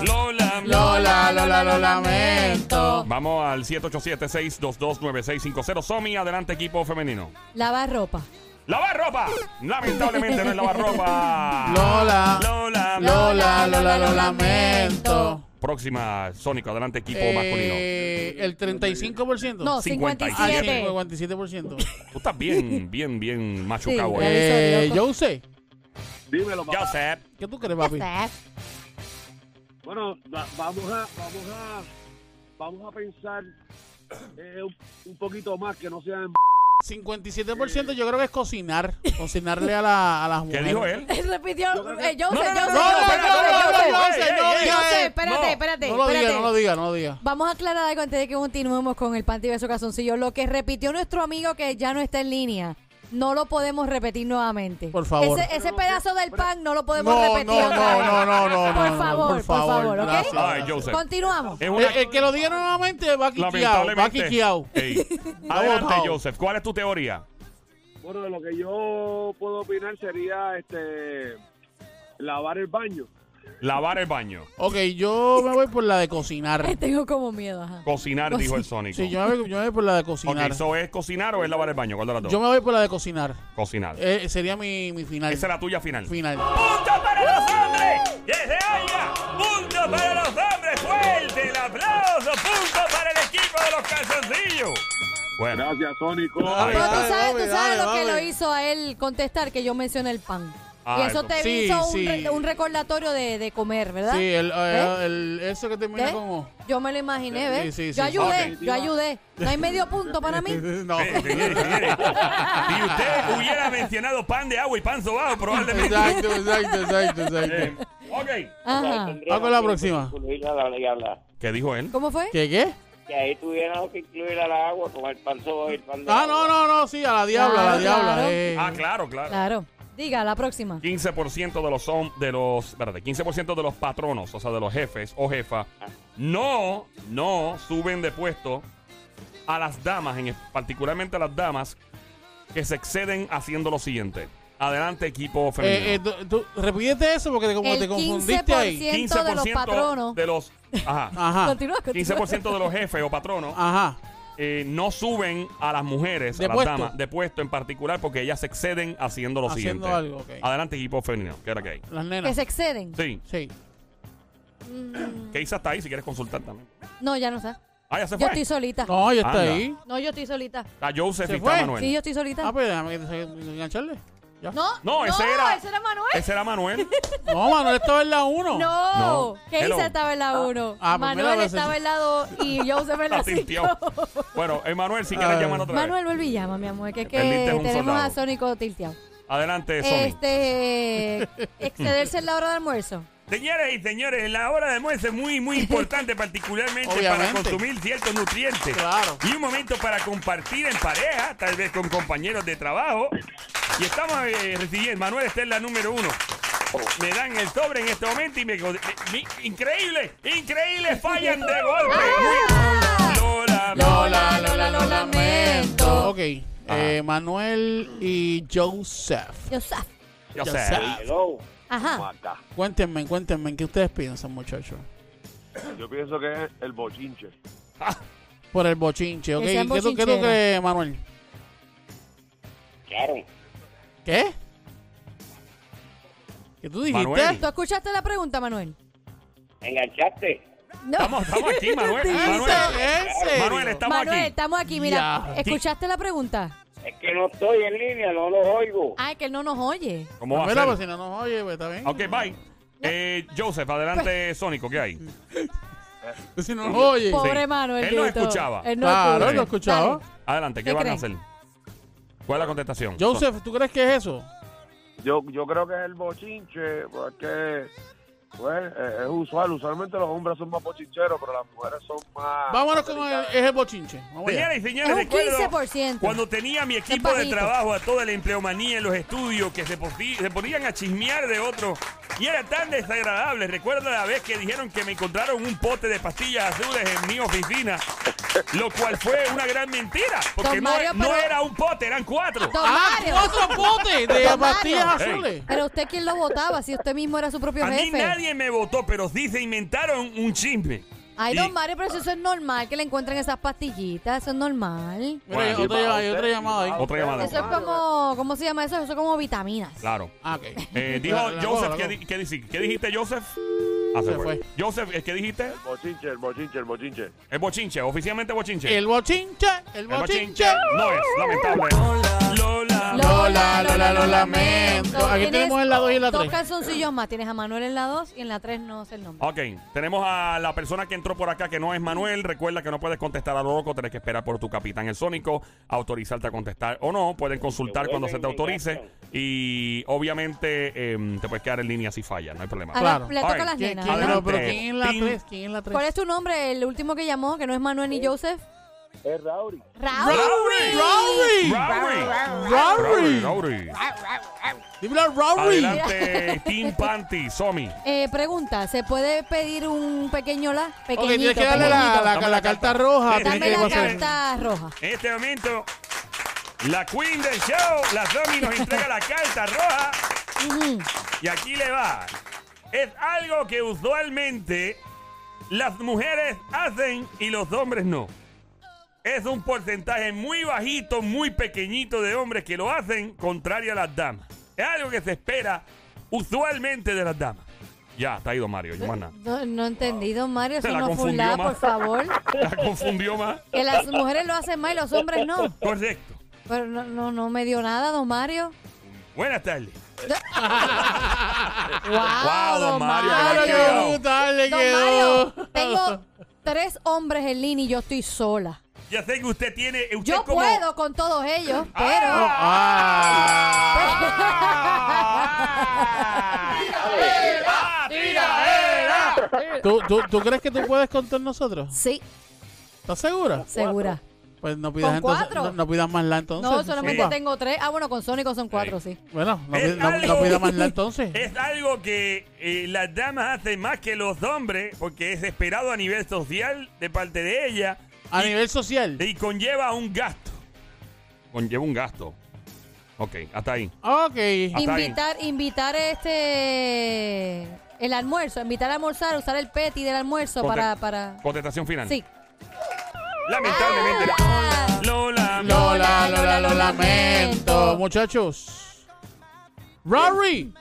Speaker 1: Lola.
Speaker 2: Lola, Lola, lo lamento.
Speaker 1: Vamos al 787-622-9650. Somi, adelante equipo femenino.
Speaker 3: Lavar ropa.
Speaker 1: ¡Lavar ropa! Lamentablemente no es lavar ropa.
Speaker 2: Lola.
Speaker 1: Lola.
Speaker 2: Lola, Lola, lo lamento.
Speaker 1: Próxima, Sónico, adelante equipo masculino.
Speaker 2: Eh, el 35%.
Speaker 3: No,
Speaker 1: 57.
Speaker 3: 57.
Speaker 2: Ah, sí, 57%.
Speaker 1: Tú estás bien, bien, bien machucado.
Speaker 3: Sí,
Speaker 1: eh.
Speaker 2: eh,
Speaker 3: loco.
Speaker 2: yo sé.
Speaker 6: Dímelo,
Speaker 2: eh.
Speaker 6: papá.
Speaker 1: Joseph.
Speaker 2: ¿Qué tú crees, papi?
Speaker 6: Bueno, va- vamos a, vamos a, vamos a pensar eh, un, un poquito más que no sea en
Speaker 2: 57% yo creo que es cocinar. Cocinarle a, la, a las
Speaker 1: ¿Qué
Speaker 2: mujeres.
Speaker 1: dijo él?
Speaker 3: Repitió. eh, Joseph,
Speaker 1: No, no, no,
Speaker 3: Joseph,
Speaker 1: no,
Speaker 2: No,
Speaker 1: Yo
Speaker 2: no,
Speaker 1: sé,
Speaker 3: Joseph,
Speaker 2: no,
Speaker 1: yo sé,
Speaker 2: no,
Speaker 1: yo sé,
Speaker 2: no, no,
Speaker 3: Joseph,
Speaker 1: yo sé, yo sé.
Speaker 2: no, no,
Speaker 3: Joseph.
Speaker 2: no,
Speaker 3: Joseph,
Speaker 2: no.
Speaker 1: No.
Speaker 3: espérate, espérate.
Speaker 2: No lo diga,
Speaker 3: espérate.
Speaker 2: no lo diga, no lo diga.
Speaker 3: Vamos a aclarar algo antes de que continuemos con el panty beso calzoncillo. Lo que repitió nuestro amigo que ya no está en línea, no lo podemos repetir nuevamente.
Speaker 2: Por favor.
Speaker 3: Ese, ese pedazo del pan no lo podemos
Speaker 2: No,
Speaker 3: repetir.
Speaker 2: no,
Speaker 3: otra
Speaker 2: no,
Speaker 3: vez.
Speaker 2: no, no, no,
Speaker 3: Por
Speaker 2: no,
Speaker 3: favor, por favor, ¿ok?
Speaker 2: gracias,
Speaker 1: Ay,
Speaker 2: gracias.
Speaker 1: Joseph.
Speaker 3: Continuamos.
Speaker 1: Es
Speaker 2: El, el que lo diga nuevamente va quiqueado, va
Speaker 1: Lamentablemente.
Speaker 2: quiqueado.
Speaker 1: Ey. Adelante,
Speaker 2: votado.
Speaker 1: Joseph. ¿Cuál es tu teoría?
Speaker 6: Bueno, de lo que yo puedo opinar sería este lavar el baño.
Speaker 1: Lavar el baño.
Speaker 2: Ok, yo me voy por la de cocinar.
Speaker 3: Ay, tengo como miedo, ajá.
Speaker 1: Cocinar, dijo el Sónico.
Speaker 2: Sí, yo me voy, yo me voy por la de
Speaker 1: Ok,
Speaker 2: cocinar.
Speaker 1: ¿eso es cocinar o es lavar el baño? ¿Cuál de las dos?
Speaker 2: Yo me voy por la de cocinar.
Speaker 1: Cocinar.
Speaker 2: Eh, sería mi, mi final.
Speaker 1: Esa es la tuya final.
Speaker 2: final.
Speaker 1: ¡Punto para los hombres! ¡Que se oiga! ¡Punto para los hombres! ¡Fuerte el aplauso! ¡Punto para el equipo de los calzoncillos! Bueno,
Speaker 6: Gracias, Sónico.
Speaker 1: Ay,
Speaker 3: Pero tú
Speaker 2: dale,
Speaker 3: sabes,
Speaker 2: dale,
Speaker 3: tú sabes
Speaker 2: dale,
Speaker 3: lo que
Speaker 2: dale.
Speaker 3: lo hizo a él contestar que yo mencioné el pan.
Speaker 1: Ah,
Speaker 3: y eso te
Speaker 2: sí,
Speaker 3: hizo un,
Speaker 2: sí.
Speaker 3: re- un recordatorio de, de comer, ¿verdad?
Speaker 2: Sí, el,
Speaker 3: ¿Eh?
Speaker 2: eh, el- eso que termina
Speaker 3: ¿Ves?
Speaker 2: con O.
Speaker 3: Yo me lo imaginé, ¿ves?
Speaker 2: Sí, sí, sí,
Speaker 3: yo
Speaker 2: sí.
Speaker 3: ayudé,
Speaker 6: Ok.
Speaker 3: yo ayudé. No hay medio punto para mí.
Speaker 2: No.
Speaker 1: eh, señores, señores, si usted hubiera mencionado pan de agua y pan sobado, probablemente.
Speaker 2: Exacto, exacto, exacto,
Speaker 1: Eh,
Speaker 2: exacto.
Speaker 1: ok.
Speaker 3: Ajá.
Speaker 5: Tendría
Speaker 2: Vamos con Ah, la
Speaker 5: que
Speaker 2: próxima.
Speaker 5: incluir a la- y a la-
Speaker 1: ¿Qué dijo él?
Speaker 3: ¿Cómo fue?
Speaker 2: ¿Qué qué?
Speaker 5: Que ahí tuviéramos que incluir a la agua con el pan sobre el pan de
Speaker 2: Ah,
Speaker 5: agua.
Speaker 2: no, no, no, sí, a la diabla, a la
Speaker 3: Claro,
Speaker 2: diabla.
Speaker 3: claro.
Speaker 2: eh.
Speaker 1: Ah, claro, claro.
Speaker 3: Claro. Diga, la próxima.
Speaker 1: 15% de los hom- de los, espérate, 15% de los patronos, o sea, de los jefes o jefas, no, no suben de puesto a las damas, en, particularmente a las damas que se exceden haciendo lo siguiente. Adelante, equipo femenino.
Speaker 2: Eh, eh, tú- tú, repítete eso porque te, como
Speaker 3: El
Speaker 2: te confundiste ahí.
Speaker 3: 15% de los patronos.
Speaker 1: de los- ajá,
Speaker 2: Ajá,
Speaker 3: Continúa, continúa.
Speaker 1: 15% de los jefes o patronos
Speaker 2: ajá.
Speaker 1: eh, no suben a las mujeres,
Speaker 2: De
Speaker 1: a las
Speaker 2: puesto.
Speaker 1: damas, de puesto en particular, porque ellas se exceden haciendo lo
Speaker 2: Haciendo
Speaker 1: siguiente.
Speaker 2: algo, ok.
Speaker 1: Adelante, equipo femenino. ¿Qué era que hay?
Speaker 2: Las
Speaker 3: Que
Speaker 2: nenas.
Speaker 3: se exceden.
Speaker 1: Sí,
Speaker 2: Sí.
Speaker 3: Mm,
Speaker 1: Keisa está ahí si quieres consultar también.
Speaker 3: no, ya no está.
Speaker 1: Ah, ya se
Speaker 3: Yo
Speaker 1: fue.
Speaker 3: estoy solita.
Speaker 2: No, ya está
Speaker 1: Anda.
Speaker 2: ahí.
Speaker 3: No, yo estoy solita.
Speaker 1: Está Joseph
Speaker 2: Se
Speaker 1: y está
Speaker 2: fue.
Speaker 1: Manuel.
Speaker 3: Sí, yo estoy solita.
Speaker 2: Ah, pues déjame que te saque- engancharle. Ya.
Speaker 3: No,
Speaker 1: No, ese era-
Speaker 3: ese era Manuel.
Speaker 1: Ese era Manuel.
Speaker 2: No, Manuel estaba en la 1.
Speaker 3: No,
Speaker 1: No.
Speaker 3: que
Speaker 1: Hello.
Speaker 3: Isa estaba en la 1.
Speaker 2: Ah, pues mira,
Speaker 3: Manuel
Speaker 2: lo
Speaker 3: estaba
Speaker 2: sentí.
Speaker 3: en la 2 y Joseph en
Speaker 1: La
Speaker 3: la
Speaker 1: sintió.
Speaker 3: 5.
Speaker 1: Bueno, eh, Manuel, si quieres
Speaker 2: Ah.
Speaker 1: llamar otra vez.
Speaker 3: Manuel, vuelve y llama, mi amor, que, es que
Speaker 1: Perdiste un
Speaker 3: tenemos
Speaker 1: soldado.
Speaker 3: a Sónico tilteado.
Speaker 1: Adelante, Sony.
Speaker 3: Este, excederse en la hora de almuerzo.
Speaker 1: Señoras y señores, la hora de almuerzo es muy, muy importante, particularmente para
Speaker 2: Obviamente.
Speaker 1: consumir ciertos nutrientes.
Speaker 2: Claro.
Speaker 1: Y un momento para compartir en pareja, tal vez con compañeros de trabajo. Y estamos eh, recibiendo, Manuel, esta es la número uno. Me dan el sobre en este momento y me... me- me- increíble, increíble, fallan de golpe. Muy- Lola,
Speaker 3: Lola, Lola, lo lamento.
Speaker 2: Ok.
Speaker 1: Ah.
Speaker 2: Eh, Manuel y Joseph.
Speaker 3: Joseph.
Speaker 1: yo sé.
Speaker 2: Joseph.
Speaker 5: Hello.
Speaker 3: Ajá.
Speaker 6: Maca.
Speaker 2: Cuéntenme, cuéntenme, ¿qué ustedes piensan, muchachos?
Speaker 6: Yo pienso que es el bochinche.
Speaker 2: Por el bochinche, ¿ok?
Speaker 3: Que sean
Speaker 2: ¿Qué tú, qué tú
Speaker 3: bochincheros.
Speaker 2: crees, Manuel?
Speaker 5: Claro.
Speaker 2: ¿Qué? ¿Qué tú dijiste?
Speaker 1: Manuel.
Speaker 3: ¿Tú escuchaste la pregunta, Manuel?
Speaker 5: ¿Enganchaste?
Speaker 3: No.
Speaker 1: Estamos, estamos aquí, Manuel.
Speaker 3: Sí.
Speaker 1: Manuel,
Speaker 2: ¿En serio?
Speaker 1: Manuel, estamos
Speaker 3: Manuel,
Speaker 1: aquí.
Speaker 3: estamos aquí, mira.
Speaker 2: Ya.
Speaker 3: ¿Escuchaste la pregunta?
Speaker 5: Es que no estoy en línea, no los oigo.
Speaker 3: Ah, es que él no nos oye.
Speaker 1: ¿Cómo va a
Speaker 2: Mira,
Speaker 1: ser?
Speaker 2: pues si no nos oye, pues está bien.
Speaker 1: Ok, bye. Eh, Joseph, adelante, Sónico, ¿qué
Speaker 2: mm.
Speaker 1: hay?
Speaker 2: Si no nos oye.
Speaker 3: Pobre Manuel.
Speaker 1: Él no
Speaker 3: Tito.
Speaker 1: escuchaba.
Speaker 3: Él no
Speaker 2: Claro,
Speaker 1: Sí.
Speaker 2: lo escuchaba.
Speaker 3: Dale.
Speaker 1: Adelante, ¿qué,
Speaker 3: ¿Qué
Speaker 1: van a
Speaker 3: creen?
Speaker 1: hacer? ¿Cuál es la contestación?
Speaker 2: Joseph, ¿tú crees que es eso?
Speaker 6: Yo, yo creo que es el bochinche, porque pues, eh, es usual. Usualmente los hombres son más bochincheros, pero las mujeres son más.
Speaker 2: Vámonos
Speaker 6: más
Speaker 2: con el,
Speaker 6: delicadas.
Speaker 2: es el bochinche. Vamos allá.
Speaker 1: Señoras y
Speaker 3: Es
Speaker 1: señores,
Speaker 3: un
Speaker 1: recuerdo
Speaker 3: 15%.
Speaker 1: cuando tenía mi equipo
Speaker 3: Es
Speaker 1: de
Speaker 3: bajito.
Speaker 1: trabajo a toda la empleomanía en los estudios que se, posi- se ponían a chismear de otros y era tan desagradable. Recuerdo la vez que dijeron que me encontraron un pote de pastillas azules en mi oficina, lo cual fue una gran mentira, porque
Speaker 3: Don
Speaker 1: no,
Speaker 3: Mario,
Speaker 1: no
Speaker 3: pero-
Speaker 1: era un pote, eran cuatro.
Speaker 3: Don
Speaker 2: ¡Ah,
Speaker 3: Mario.
Speaker 2: cuatro potes de
Speaker 3: Don Mario.
Speaker 2: pastillas
Speaker 1: Ey.
Speaker 2: azules!
Speaker 3: Pero usted quién lo votaba, si usted mismo era su propio
Speaker 1: A mí
Speaker 3: jefe.
Speaker 1: nadie me votó, pero sí se inventaron un chisme.
Speaker 3: Ay,
Speaker 1: Y-
Speaker 3: don Mario, pero eso es normal que le encuentren esas pastillitas, eso es normal.
Speaker 2: Mira, hay
Speaker 1: Bueno,
Speaker 2: otra, llamada- hay otra llamada ahí.
Speaker 1: Otra llamada.
Speaker 3: Eso es como, ¿cómo se llama eso? Eso es como vitaminas.
Speaker 1: Claro.
Speaker 2: Ah, ok.
Speaker 1: Eh, dijo
Speaker 2: La-
Speaker 1: Joseph,
Speaker 2: la cojo, la
Speaker 1: ¿qué,
Speaker 2: cojo.
Speaker 1: di- qué dici- qué dijiste, Joseph? Ah, se
Speaker 2: Se
Speaker 1: fue.
Speaker 2: fue.
Speaker 1: Joseph, eh, ¿qué dijiste?
Speaker 6: Bochinche, el bochinche, el bochinche.
Speaker 1: Es bochinche, oficialmente bochinche.
Speaker 2: El bochinche, el
Speaker 1: El
Speaker 2: bochinche.
Speaker 1: No es, lamentable. Lola.
Speaker 2: Lo- Lola, Lola, lo lamento. Aquí
Speaker 3: Tienes
Speaker 2: tenemos en la dos y en la
Speaker 3: Dos
Speaker 2: tres.
Speaker 3: calzoncillos más. Tienes a Manuel en la 2 y en la 3 no sé el nombre.
Speaker 1: Ok, tenemos a la persona que entró por acá que no es Manuel. Recuerda que no puedes contestar a lo loco, tenés que esperar por tu capitán el Sónico, autorizarte a contestar o no. Pueden consultar cuando se te autorice y obviamente em, te puedes quedar en línea si falla, no hay problema.
Speaker 3: A la-
Speaker 2: claro.
Speaker 3: le toca
Speaker 1: Ah, Ay,
Speaker 3: a las
Speaker 2: ¿Quién-
Speaker 3: nenas.
Speaker 2: quién-
Speaker 3: ¿verdad?
Speaker 2: pero, pero
Speaker 1: Adelante.
Speaker 2: ¿quién es la
Speaker 1: Tin.
Speaker 2: 3? ¿Quién es la 3?
Speaker 3: ¿Cuál es tu nombre? El último que llamó, que no es Manuel ni Joseph.
Speaker 5: Es Rauri.
Speaker 3: Raúl.
Speaker 2: ¡Rory!
Speaker 1: Rauri. Rauri,
Speaker 2: ¡Rory!
Speaker 1: Rauri.
Speaker 2: Dímelo, Rory.
Speaker 1: Adelante, Team Panty, Somi.
Speaker 3: Eh, pregunta, ¿se puede pedir un pequeño la? Pequeñito,
Speaker 2: Ok, tienes que darle la,
Speaker 3: pequeñito.
Speaker 2: la,
Speaker 1: Dame
Speaker 2: la
Speaker 1: la carta.
Speaker 2: carta roja.
Speaker 1: Sí,
Speaker 2: tienes
Speaker 3: Dame
Speaker 2: que
Speaker 3: la
Speaker 2: hacer-
Speaker 3: carta roja.
Speaker 1: En este momento, la Queen del Show, la Somi, nos entrega la carta roja.
Speaker 3: Ujú.
Speaker 1: Y aquí le va. Es algo que usualmente las mujeres hacen y los hombres no. Es un porcentaje muy bajito, muy pequeñito de hombres que lo hacen contrario a las damas. Es algo que se espera usualmente de las damas. Ya, está ido Mario, yo más nada.
Speaker 3: No, no entendí, don Mario,
Speaker 1: Se
Speaker 3: eso
Speaker 1: la
Speaker 3: no fue un
Speaker 1: confundió
Speaker 3: la,
Speaker 1: más.
Speaker 3: por favor.
Speaker 1: La confundió más.
Speaker 3: Que las mujeres lo hacen mal y los hombres no.
Speaker 1: Correcto.
Speaker 3: Pero no, no, no me dio nada, don Mario.
Speaker 1: Buenas tardes.
Speaker 3: ¡Wow,
Speaker 1: Guau, don
Speaker 3: don
Speaker 1: Mario,
Speaker 3: Mario!
Speaker 2: ¡Claro,
Speaker 1: Mario.
Speaker 2: qué brutal le
Speaker 3: Don
Speaker 2: quedó!
Speaker 3: Mario, tengo tres hombres en línea y yo estoy sola.
Speaker 1: Ya sé que usted tiene. Usted
Speaker 3: Yo
Speaker 1: como-
Speaker 3: puedo con todos ellos, pero...
Speaker 1: ¡Ah! ¡Tiraera!
Speaker 2: ¿Tú, tú, ¿Tú crees que tú puedes contar nosotros?
Speaker 3: Sí,
Speaker 2: ¿Estás segura?
Speaker 3: segura.
Speaker 2: Pues no pidas
Speaker 3: ¿Con
Speaker 2: entonces.
Speaker 3: cuatro?
Speaker 2: No, no pidas más la entonces.
Speaker 3: No, solamente
Speaker 1: sí.
Speaker 3: tengo tres. Ah, bueno, con Sónico son cuatro, sí.
Speaker 2: Bueno, no,
Speaker 1: Es
Speaker 2: pi- no,
Speaker 1: algo-
Speaker 2: no pidas más la entonces.
Speaker 1: Es algo que eh, las damas hacen más que los hombres porque es esperado a nivel social de parte de ella
Speaker 2: A nivel social.
Speaker 1: y conlleva un gasto. Conlleva un gasto. Ok, hasta ahí.
Speaker 2: Ok.
Speaker 1: Hasta ahí.
Speaker 3: Invitar, invitar este... El almuerzo, invitar a almorzar, usar el peti del almuerzo
Speaker 1: Correcto.
Speaker 3: para... para...
Speaker 1: Contestación final.
Speaker 3: Sí.
Speaker 1: Lamentablemente. Lola.
Speaker 2: Lola, Lola, lo lamento. Muchachos. Rory.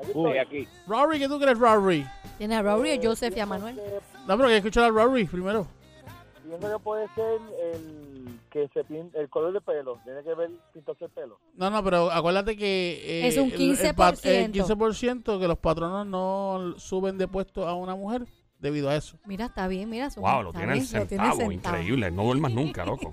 Speaker 5: Estoy aquí.
Speaker 2: Rory, ¿qué tú crees, Rory?
Speaker 3: Tiene a Rory, a Joseph y a Manuel.
Speaker 2: No, pero hay que escuchar a Rory primero.
Speaker 7: Pienso que puede ser el que se pin- el color de pelo. Tiene que ver pintarse el pelo.
Speaker 2: No, no, pero acuérdate que... eh,
Speaker 3: Es un
Speaker 2: el- El, pat- el
Speaker 3: 15%.
Speaker 2: 15% que los patronos no suben de puesto a una mujer debido a eso.
Speaker 3: Mira, está bien, mira. son-
Speaker 1: Wow, lo
Speaker 3: está
Speaker 1: tienen
Speaker 3: bien, lo tiene
Speaker 1: centavo.
Speaker 3: centavo.
Speaker 1: Increíble. No duermas nunca, loco.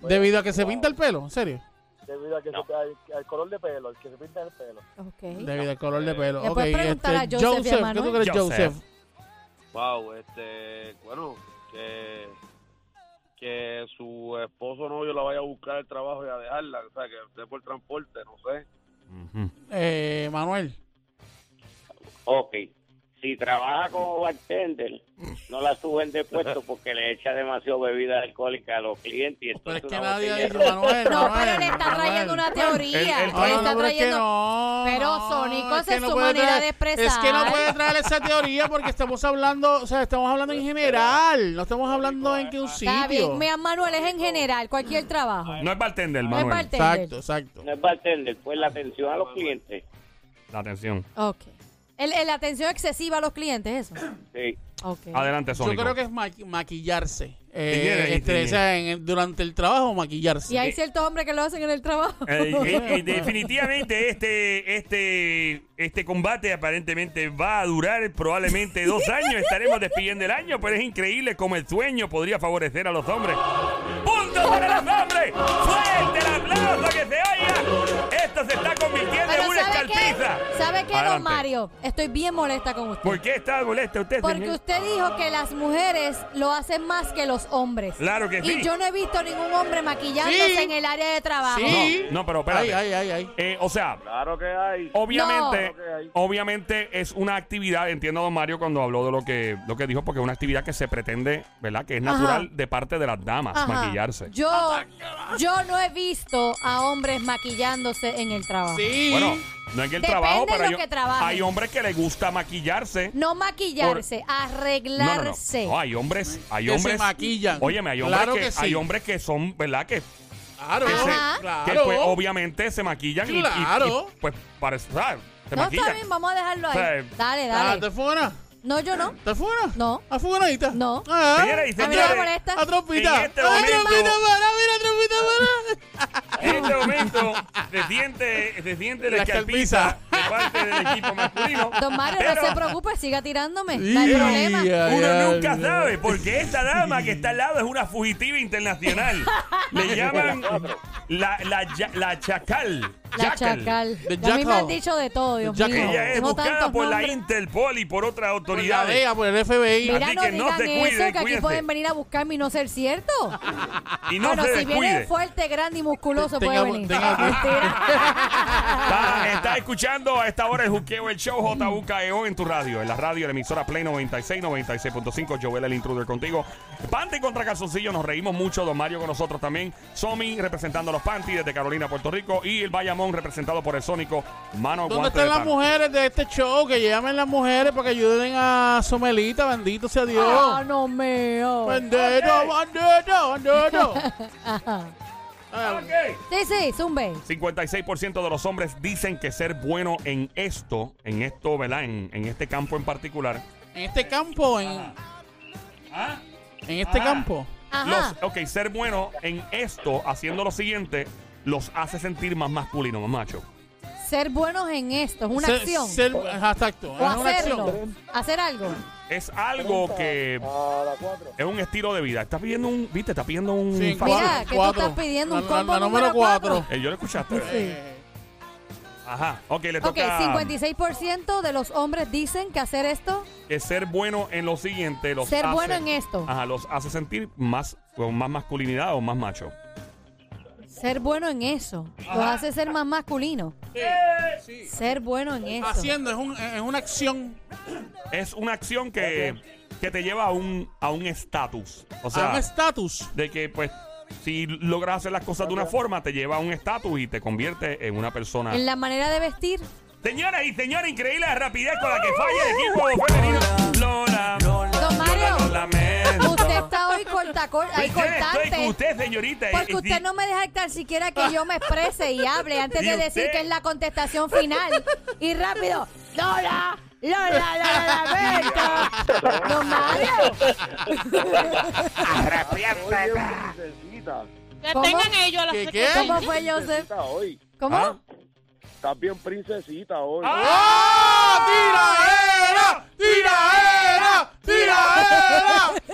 Speaker 7: Pues,
Speaker 2: debido a que se pinta el pelo, en serio.
Speaker 7: debido a que se, al, al color de pelo, el que se pinta el pelo.
Speaker 3: Ok.
Speaker 2: Debido al color de pelo.
Speaker 3: Eh, Le
Speaker 2: Ok, este
Speaker 3: puedes preguntar a Joseph y a
Speaker 2: Joseph, ¿qué tú
Speaker 3: Manuel.
Speaker 2: crees, Joseph?
Speaker 1: Joseph.
Speaker 6: Wow, este, bueno, que, que su esposo o novio la vaya a buscar al trabajo y a dejarla, o sea, que esté por transporte, no sé.
Speaker 1: Ujú.
Speaker 2: Eh, Manuel.
Speaker 5: Ok. Si trabaja como bartender, no la suben de puesto porque le echa demasiado bebida alcohólica a los clientes. Y
Speaker 2: Pero es
Speaker 5: entonces
Speaker 2: que
Speaker 5: una
Speaker 2: nadie ha
Speaker 5: botella
Speaker 2: dicho
Speaker 5: roja.
Speaker 2: Manuel.
Speaker 3: No,
Speaker 2: Manuel,
Speaker 3: pero le está
Speaker 2: Manuel.
Speaker 3: trayendo una teoría.
Speaker 1: Él- él
Speaker 2: No,
Speaker 1: trae-
Speaker 3: le
Speaker 2: no,
Speaker 3: está
Speaker 2: pero es que
Speaker 3: trayendo.
Speaker 2: no,
Speaker 3: Pero,
Speaker 2: no,
Speaker 3: Sónico,
Speaker 2: es
Speaker 3: esa es
Speaker 2: que no
Speaker 3: su
Speaker 2: puede
Speaker 3: manera
Speaker 2: traer-
Speaker 3: de
Speaker 2: Es que no
Speaker 3: expresar.
Speaker 2: puede traer esa teoría porque estamos hablando, o sea, estamos hablando en general, no estamos hablando en que un
Speaker 3: Está
Speaker 2: sitio.
Speaker 3: bien, mira, Manuel es en general, cualquier trabajo.
Speaker 1: No es bartender,
Speaker 3: No es
Speaker 1: Manuel.
Speaker 2: Exacto,
Speaker 3: bartender.
Speaker 2: exacto.
Speaker 5: No es bartender, pues la atención a los clientes.
Speaker 1: La atención.
Speaker 3: Ok. El, el atención excesiva a los clientes, eso.
Speaker 5: Sí.
Speaker 3: Ok.
Speaker 1: Adelante,
Speaker 2: Yo
Speaker 1: Sónico.
Speaker 2: creo que es maqui- maquillarse. Eh,
Speaker 1: Tiñera, y
Speaker 2: este,
Speaker 1: tiñera.
Speaker 2: o sea, en el- durante el trabajo maquillarse.
Speaker 3: Y hay ciertos hombres que lo hacen en el trabajo.
Speaker 1: Eh, eh, eh, definitivamente este, este, este combate aparentemente va a durar probablemente dos años. Estaremos despidiendo el año, pero es increíble como el sueño podría favorecer a los hombres. ¡Punto para los hombres! ¡Fuerte el aplauso que se oiga! Esto se está convirtiendo en
Speaker 3: Pero
Speaker 1: una
Speaker 3: ¿sabe qué?
Speaker 1: escalpiza.
Speaker 3: ¿Sabe qué, don
Speaker 1: Adelante.
Speaker 3: Mario? Estoy bien molesta con usted.
Speaker 1: ¿Por qué está molesta usted,
Speaker 3: Porque
Speaker 1: señor?
Speaker 3: usted dijo que las mujeres lo hacen más que los hombres.
Speaker 1: Claro que sí.
Speaker 3: Y yo no he visto ningún hombre maquillándose
Speaker 2: Sí.
Speaker 3: en el área de trabajo.
Speaker 2: Sí.
Speaker 1: No, no, pero
Speaker 2: ay,
Speaker 1: espérate.
Speaker 2: ay, ay, ay.
Speaker 1: Eh, o sea,
Speaker 6: Claro que hay.
Speaker 1: Obviamente,
Speaker 6: No.
Speaker 1: obviamente es una actividad, entiendo a don Mario cuando habló de lo que, lo que dijo, porque es una actividad que se pretende, ¿verdad? Que es
Speaker 3: Ajá.
Speaker 1: natural de parte de las damas
Speaker 3: Ajá.
Speaker 1: maquillarse.
Speaker 3: Yo, yo no he visto a hombres maquillándose en el trabajo.
Speaker 2: Sí.
Speaker 1: Bueno, no es que el
Speaker 3: Depende
Speaker 1: trabajo,
Speaker 3: de
Speaker 1: pero
Speaker 3: lo
Speaker 1: hay,
Speaker 3: que trabajes.
Speaker 1: hay hombres que les gusta maquillarse.
Speaker 3: No maquillarse,
Speaker 1: No, no, no.
Speaker 3: arreglarse.
Speaker 1: No, hay hombres, hay
Speaker 2: Que se
Speaker 1: hombres.
Speaker 2: maquillan.
Speaker 1: Óyeme, hay hombres
Speaker 2: Claro
Speaker 1: que,
Speaker 2: que sí.
Speaker 1: hay hombres que son, ¿verdad? Que,
Speaker 2: claro,
Speaker 1: que se-
Speaker 3: Ajá.
Speaker 2: claro.
Speaker 1: que, pues, obviamente se maquillan y- y-
Speaker 2: Claro.
Speaker 1: y, pues para eso, ¿sabes? se
Speaker 3: No,
Speaker 1: maquillan.
Speaker 3: está bien, vamos a dejarlo
Speaker 1: O sea,
Speaker 3: ahí. Dale,
Speaker 2: Ah,
Speaker 3: dale.
Speaker 2: ¿Te fuera?
Speaker 3: No, yo no.
Speaker 2: ¿Te fuera?
Speaker 3: No.
Speaker 2: ¿A fueronadita?
Speaker 3: No.
Speaker 2: Ah.
Speaker 1: Señoras y
Speaker 3: A mí no me
Speaker 1: señores,
Speaker 3: molesta.
Speaker 2: A trompita.
Speaker 1: En este
Speaker 2: Ah,
Speaker 1: momento-
Speaker 2: trompita para, mira, trompita para.
Speaker 1: En este momento se siente, se siente la
Speaker 2: La
Speaker 1: escalpiza
Speaker 2: escalpiza.
Speaker 1: de parte del equipo masculino.
Speaker 3: Don Mario,
Speaker 1: pero
Speaker 3: no se preocupe, siga tirándome. No hay
Speaker 2: Ay,
Speaker 3: problema.
Speaker 2: ay,
Speaker 1: Uno
Speaker 2: ay,
Speaker 1: nunca
Speaker 2: ay.
Speaker 1: sabe, porque esta dama que está al lado es una fugitiva internacional. Le llaman la, la, ya- la chacal.
Speaker 3: La chacal.
Speaker 2: The
Speaker 3: Ya a mí me
Speaker 2: Jackal.
Speaker 3: han dicho de todo, Dios
Speaker 2: The
Speaker 3: mío.
Speaker 2: Jackal.
Speaker 1: Ella es
Speaker 3: Tengo
Speaker 1: buscada
Speaker 3: tantos
Speaker 1: por la
Speaker 3: nombres.
Speaker 1: Interpol y por otras
Speaker 2: Por la
Speaker 1: autoridades.
Speaker 2: DEA, por pues, el FBI.
Speaker 3: Mira,
Speaker 1: Así
Speaker 3: no
Speaker 1: que no
Speaker 3: digan
Speaker 1: se cuide,
Speaker 3: eso, que aquí
Speaker 1: cuídense.
Speaker 3: pueden venir a buscarme y no ser cierto.
Speaker 1: Y no
Speaker 3: bueno,
Speaker 1: se
Speaker 3: si viene
Speaker 1: descuide.
Speaker 3: fuerte, grande y musculoso,
Speaker 2: Tenga-
Speaker 3: puede venir.
Speaker 2: tenga-
Speaker 1: Está, está escuchando a esta hora el juqueo, el show JUKEO E en tu radio, en la radio, la emisora Play 96, 96.5, Joel el intruder contigo. Panty contra calzoncillo, nos reímos mucho, Don Mario con nosotros también. Somi representando a los Panty desde Carolina, Puerto Rico. Y el Bayamón representado por el Sónico, mano
Speaker 2: ¿Dónde
Speaker 1: guante
Speaker 2: están
Speaker 1: de
Speaker 2: las
Speaker 1: pana.
Speaker 2: mujeres de este show? Que llamen las mujeres para que ayuden a Somelita, bendito sea Dios.
Speaker 3: Ah, no meo.
Speaker 2: Bendito, bendito, bendito. Ah,
Speaker 3: Sí, sí, zumbe.
Speaker 1: 56% de los hombres dicen que ser bueno en esto, en esto, ¿verdad? En, en este campo en particular.
Speaker 2: En este campo, en,
Speaker 1: Ah.
Speaker 2: en este campo.
Speaker 3: Ajá.
Speaker 1: Los, ok, ser bueno en esto, haciendo lo siguiente, los hace sentir más masculino, más macho.
Speaker 3: Ser buenos en esto es una
Speaker 2: Ser-
Speaker 3: acción.
Speaker 2: ser- ajá, exacto,
Speaker 3: o
Speaker 2: es una
Speaker 3: hacerlo.
Speaker 2: acción.
Speaker 3: Hacer algo.
Speaker 1: Es algo que
Speaker 7: A las cuatro.
Speaker 1: es un estilo de vida. Estás pidiendo un, viste, estás pidiendo un
Speaker 2: Sí,
Speaker 1: favor.
Speaker 3: Mira, que tú estás pidiendo un
Speaker 2: La-
Speaker 3: combo
Speaker 2: la, la número Eh,
Speaker 3: número cuatro.
Speaker 2: 4.
Speaker 1: Eh, yo lo escuchaste. Ajá. Ok, le
Speaker 3: Ok,
Speaker 1: toca
Speaker 3: 56% de los hombres dicen que hacer esto,
Speaker 1: que eh, ser bueno en lo siguiente. Los
Speaker 3: ser
Speaker 1: hace-
Speaker 3: bueno en esto.
Speaker 1: Ajá, los hace sentir más con más masculinidad o más macho.
Speaker 3: Ser bueno en eso. Los hace ser más masculino. Ser bueno en eso.
Speaker 2: Haciendo, es, un, es una acción.
Speaker 1: Es una acción que, que te lleva a un a un estatus. O sea,
Speaker 2: a un estatus.
Speaker 1: de que pues si logras hacer las cosas de una forma te lleva a un estatus y te convierte en una persona.
Speaker 3: En la manera de vestir.
Speaker 1: Señoras y señores, increíble la rapidez con la que falla el equipo femenino. Lola.
Speaker 3: Don Mario,
Speaker 1: Lo lamento.
Speaker 3: está cor- ahí
Speaker 1: Pues, ¿quién
Speaker 3: cortante.
Speaker 1: estoy con usted, señorita.
Speaker 3: Porque
Speaker 1: Eh,
Speaker 3: usted
Speaker 1: di-
Speaker 3: no me deja estar siquiera que yo me exprese y hable antes
Speaker 1: ¿Y
Speaker 3: de
Speaker 1: usted?
Speaker 3: decir que es la contestación final. Y rápido, Lola, Lola, Lola, Alberto. No Mario.
Speaker 7: Oye, princesita,
Speaker 8: Que
Speaker 3: ¿Cómo?
Speaker 8: tengan ellos las
Speaker 2: ¿Qué, qué?
Speaker 8: secretarias.
Speaker 3: ¿Cómo fue Joseph?
Speaker 7: princesita hoy.
Speaker 3: ¿Cómo?
Speaker 1: ¿Ah?
Speaker 7: Estás bien princesita hoy.
Speaker 2: ¡Ah! ¡Tiraera! ¡Tiraera! ¡Tiraera!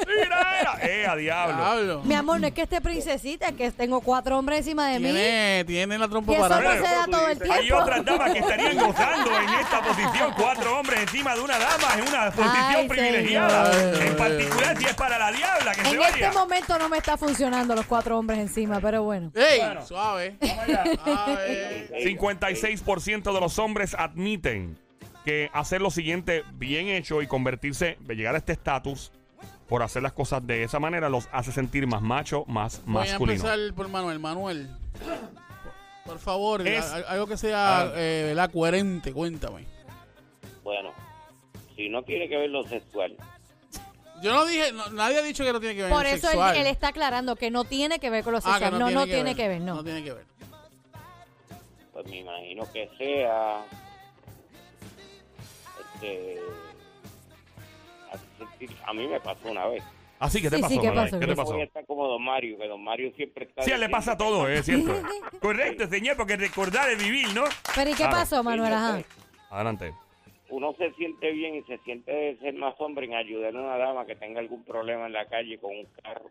Speaker 1: Mira, era. Eh, a diablo.
Speaker 2: Diablo.
Speaker 3: Mi amor, no es que esté princesita, es que tengo cuatro hombres encima de mí.
Speaker 2: Tiene, tiene la trompa
Speaker 3: Y eso no
Speaker 2: parada.
Speaker 3: se da todo el
Speaker 1: Hay
Speaker 3: tiempo.
Speaker 1: otras damas que estarían gozando en esta posición. Cuatro hombres encima de una dama en una posición
Speaker 3: Ay,
Speaker 1: privilegiada.
Speaker 2: señor.
Speaker 1: En particular, si es para la diabla que se
Speaker 3: En
Speaker 1: vaya.
Speaker 3: este momento no me está funcionando los cuatro hombres encima, pero bueno.
Speaker 2: ¡Ey!
Speaker 1: Bueno.
Speaker 2: Suave. Suave.
Speaker 1: 56% de los hombres admiten que hacer lo siguiente bien hecho y convertirse, de llegar a este estatus por hacer las cosas de esa manera, los hace sentir más macho, más
Speaker 2: Voy a
Speaker 1: masculino.
Speaker 2: empezar por Manuel. Manuel, por favor,
Speaker 1: Es-
Speaker 2: a- algo que sea
Speaker 1: Ah.
Speaker 2: eh, ¿verdad? coherente, cuéntame.
Speaker 5: Bueno, si no tiene que ver lo sexual,
Speaker 2: Yo no dije, no- nadie ha dicho que no tiene que ver
Speaker 3: Por
Speaker 2: el
Speaker 3: eso él,
Speaker 2: sexual.
Speaker 3: él está aclarando que no tiene que ver con lo
Speaker 2: Ah,
Speaker 3: sexual.
Speaker 2: que
Speaker 3: no, no tiene que ver, no.
Speaker 2: tiene que ver.
Speaker 5: pues me imagino que sea. Este. hace sentir- A mí me pasó una vez.
Speaker 1: Así que te
Speaker 3: Sí,
Speaker 1: pasó,
Speaker 3: sí, ¿qué
Speaker 1: Manuel?
Speaker 3: pasó?
Speaker 1: ¿Qué
Speaker 3: ¿Qué
Speaker 1: te
Speaker 5: Voy
Speaker 1: pasó?
Speaker 5: a estar como Don Mario, que Don Mario siempre está.
Speaker 1: Sí, a él le
Speaker 5: diciendo
Speaker 1: pasa
Speaker 5: que
Speaker 1: todo, ¿eh? es cierto.
Speaker 3: Sí, sí, sí.
Speaker 1: Correcto, señor, porque recordar es vivir, ¿no?
Speaker 3: Pero ¿y qué
Speaker 1: Claro.
Speaker 3: pasó, Manuel? Ajá.
Speaker 1: Adelante.
Speaker 5: Uno se siente bien y se siente de ser más hombre en ayudar a una dama que tenga algún problema en la calle con un carro.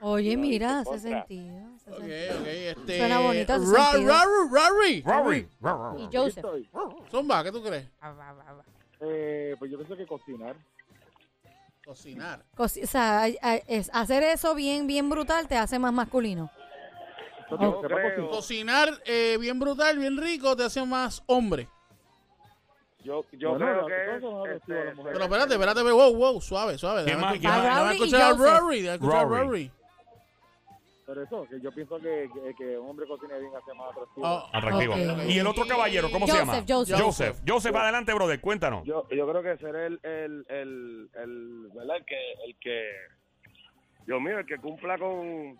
Speaker 3: Oye,
Speaker 5: No,
Speaker 3: mira,
Speaker 5: dice
Speaker 3: hace
Speaker 5: contra.
Speaker 3: sentido. hace
Speaker 2: Ok,
Speaker 3: sentido.
Speaker 2: ok, este...
Speaker 3: Suena bonito, hace
Speaker 2: Ra-
Speaker 3: sentido.
Speaker 2: Raru, Rari.
Speaker 1: Rory. Rory.
Speaker 3: Y
Speaker 7: Aquí
Speaker 3: Joseph.
Speaker 7: estoy.
Speaker 2: Zumba, ¿qué tú crees?
Speaker 7: Eh, pues yo pienso que cocinar.
Speaker 2: Cocinar.
Speaker 3: Cosi- O sea, hay- hay- es- hacer eso bien, bien brutal te hace más masculino.
Speaker 7: Yo tengo que sepa
Speaker 6: creo.
Speaker 7: cocinar.
Speaker 2: Cocinar eh, bien brutal, bien rico, te hace más hombre.
Speaker 6: Yo, yo
Speaker 7: Bueno,
Speaker 6: creo
Speaker 7: la-
Speaker 6: que
Speaker 7: todos son
Speaker 6: es,
Speaker 7: atractivos a las
Speaker 6: este,
Speaker 7: mujeres.
Speaker 2: Pero espérate, espérate, espérate, wow, wow, suave, suave.
Speaker 1: ¿Qué
Speaker 2: Déjame
Speaker 1: más,
Speaker 2: escuchar-
Speaker 1: qué más?
Speaker 2: déjame
Speaker 3: Rari y
Speaker 2: escuchar a
Speaker 3: Joseph.
Speaker 2: Rory, déjame escuchar a
Speaker 1: Rari.
Speaker 2: Rory.
Speaker 7: Pero eso, que yo pienso que, que, que un hombre cocine bien hace más atractivo.
Speaker 2: Oh,
Speaker 1: Atractivo.
Speaker 3: Ok.
Speaker 1: Y el otro caballero, ¿cómo se llama?
Speaker 3: Joseph, Joseph.
Speaker 1: Joseph. Joseph, adelante, brother, cuéntanos.
Speaker 6: Yo, yo creo que ser el, el, el, el, ¿verdad? El que, el que, Dios mío, el que cumpla con,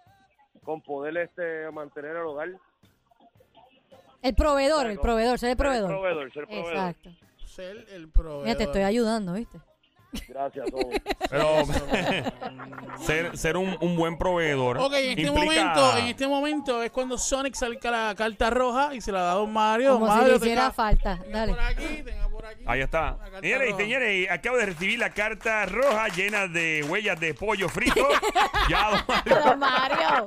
Speaker 6: con poder este mantener el hogar.
Speaker 3: El proveedor, el proveedor, ser el
Speaker 6: Ser
Speaker 3: proveedor.
Speaker 6: proveedor, ser proveedor.
Speaker 3: Exacto.
Speaker 2: Ser el proveedor.
Speaker 3: Mira, te estoy ayudando, ¿viste?
Speaker 7: Gracias, Tom.
Speaker 1: Pero ser, ser un, un buen proveedor
Speaker 2: Ok, en este
Speaker 1: implica-
Speaker 2: momento, en este momento es cuando Sonic saca la carta roja y se la da a Don Mario. Don
Speaker 3: Como si
Speaker 2: Mario,
Speaker 3: le hiciera
Speaker 2: tenga-
Speaker 3: falta.
Speaker 2: tenga
Speaker 3: Dale.
Speaker 2: por aquí, tenga por aquí.
Speaker 1: Ahí está.
Speaker 2: Una carta
Speaker 1: Señores y
Speaker 2: roja.
Speaker 1: señores, acabo de recibir la carta roja llena de huellas de pollo frito. ya, don Mario.
Speaker 3: Don Mario.